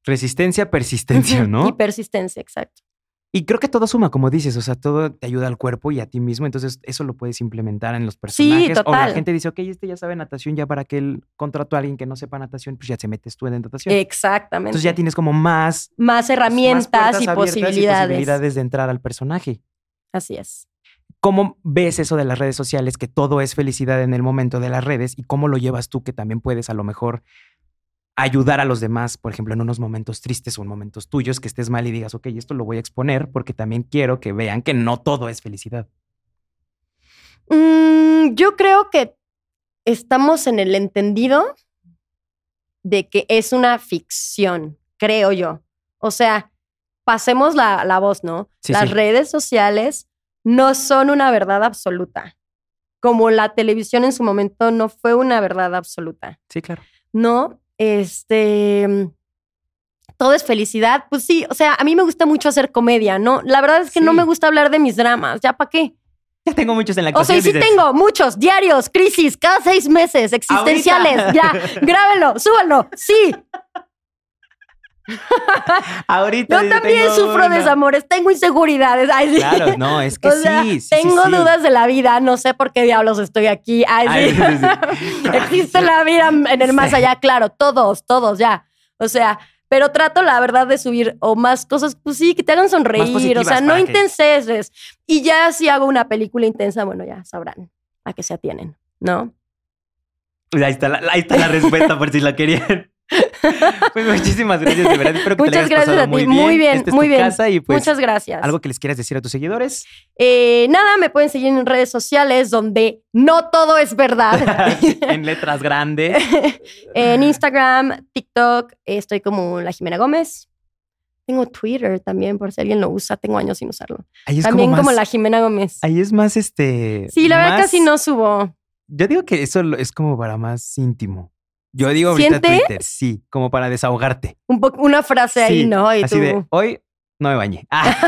S1: Resistencia, persistencia,
S2: Ujú,
S1: ¿no?
S2: [LAUGHS] Y persistencia, exacto.
S1: Y creo que todo suma, como dices, o sea, todo te ayuda al cuerpo y a ti mismo, entonces eso lo puedes implementar en los personajes. O la
S2: total.
S1: gente dice, ok, este ya sabe natación, ya para que él contrató a alguien que no sepa natación, pues ya se metes tú en natación.
S2: Exactamente.
S1: entonces ya tienes como más
S2: más herramientas
S1: más puertas
S2: y,
S1: abiertas
S2: posibilidades.
S1: posibilidades de entrar al personaje.
S2: Así es.
S1: ¿Cómo ves eso de las redes sociales, que todo es felicidad en el momento de las redes y cómo lo llevas tú, que también puedes a lo mejor ayudar a los demás, por ejemplo, en unos momentos tristes o en momentos tuyos, que estés mal y digas, ok, esto lo voy a exponer porque también quiero que vean que no todo es felicidad.
S2: Mm, yo creo que estamos en el entendido de que es una ficción, creo yo. O sea, pasemos la, la voz, ¿no?
S1: Sí,
S2: Las
S1: sí.
S2: redes sociales no son una verdad absoluta, como la televisión en su momento no fue una verdad absoluta,
S1: Sí, claro.
S2: ¿no? Este, todo es felicidad, pues sí, o sea, a mí me gusta mucho hacer comedia, ¿no? La verdad es que no
S1: Sí.
S2: me gusta hablar de mis dramas, ¿ya para qué?
S1: Ya tengo muchos en la
S2: O sea,
S1: actuación.
S2: y sí
S1: dices,
S2: tengo muchos diarios, crisis, cada seis meses, existenciales.
S1: [LAUGHS]
S2: Ya, grábenlo, súbanlo, sí.
S1: Ahorita
S2: Yo
S1: yo
S2: también
S1: tengo
S2: sufro
S1: una".
S2: desamores, tengo inseguridades. Ay, sí.
S1: Claro, no, es que
S2: [LAUGHS] O
S1: sí,
S2: sea,
S1: sí, sí,
S2: tengo
S1: sí.
S2: dudas de la vida, no sé por qué diablos estoy aquí. Ay,
S1: Ay, [LAUGHS]
S2: sí.
S1: sí, sí.
S2: [LAUGHS] Existe la vida en el más allá, claro, todos, todos, ya. O sea, pero trato la verdad de subir o más cosas, pues sí, que te hagan sonreír, o
S1: positivas
S2: sea, no
S1: para que-
S2: intenseces. Y ya si hago una película intensa, bueno, ya sabrán a qué se atienen, ¿no?
S1: Pues Ahí está, la, ahí [LAUGHS] está la respuesta por si la [LAUGHS] querían. Pues muchísimas gracias, de verdad. Espero que te la
S2: Muchas
S1: hayas
S2: gracias
S1: pasado
S2: a ti.
S1: muy bien.
S2: Muy bien,
S1: Esta es
S2: muy
S1: tu
S2: bien.
S1: casa y pues
S2: Muchas gracias.
S1: algo que les quieras decir a tus [LAUGHS] seguidores.
S2: Eh, nada, me pueden seguir en redes sociales donde no todo es
S1: [LAUGHS]
S2: verdad. [LAUGHS]
S1: en letras grandes.
S2: en Instagram, TikTok, eh, estoy como la Jimena Gómez. Tengo Twitter también, por si alguien lo usa, tengo años sin usarlo.
S1: Ahí es
S2: también
S1: como,
S2: como,
S1: más,
S2: la Jimena Gómez.
S1: Ahí es más este.
S2: Sí, la verdad
S1: más-
S2: casi no subo.
S1: Yo digo que eso lo- es como para más íntimo. Yo digo ahorita
S2: ¿Sientes?
S1: Twitter, sí, como para desahogarte.
S2: Un po- una frase ahí,
S1: Sí,
S2: ¿no? Y
S1: Así
S2: tú-
S1: de hoy no me bañé. [LAUGHS]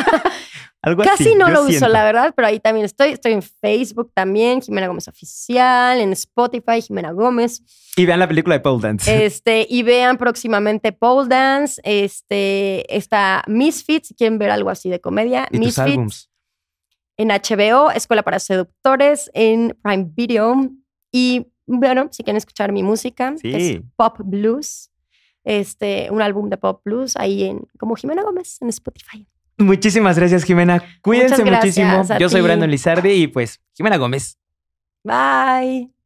S1: Ah, algo así,
S2: Casi no
S1: yo
S2: lo uso,
S1: siento.
S2: la verdad, pero ahí también estoy. Estoy en Facebook también, Jimena Gómez Oficial, en Spotify, Jimena Gómez.
S1: Y vean la película de Paul [LAUGHS] Dance.
S2: Este, y vean próximamente Pole Dance, este, está Misfits, si quieren ver algo así de comedia,
S1: y tus
S2: Misfits
S1: álbums.
S2: en HBO, Escuela para Seductores, en Prime Video. Y bueno, si quieren escuchar mi música, que es
S1: Sí.
S2: Pop Blues, este, un álbum de Pop Blues ahí en, como Jimena Gómez, en Spotify.
S1: Muchísimas gracias, Jimena. Cuídense
S2: gracias
S1: muchísimo.
S2: a
S1: Yo soy
S2: ti.
S1: Brandon Lizardi y pues, Jimena Gómez.
S2: Bye.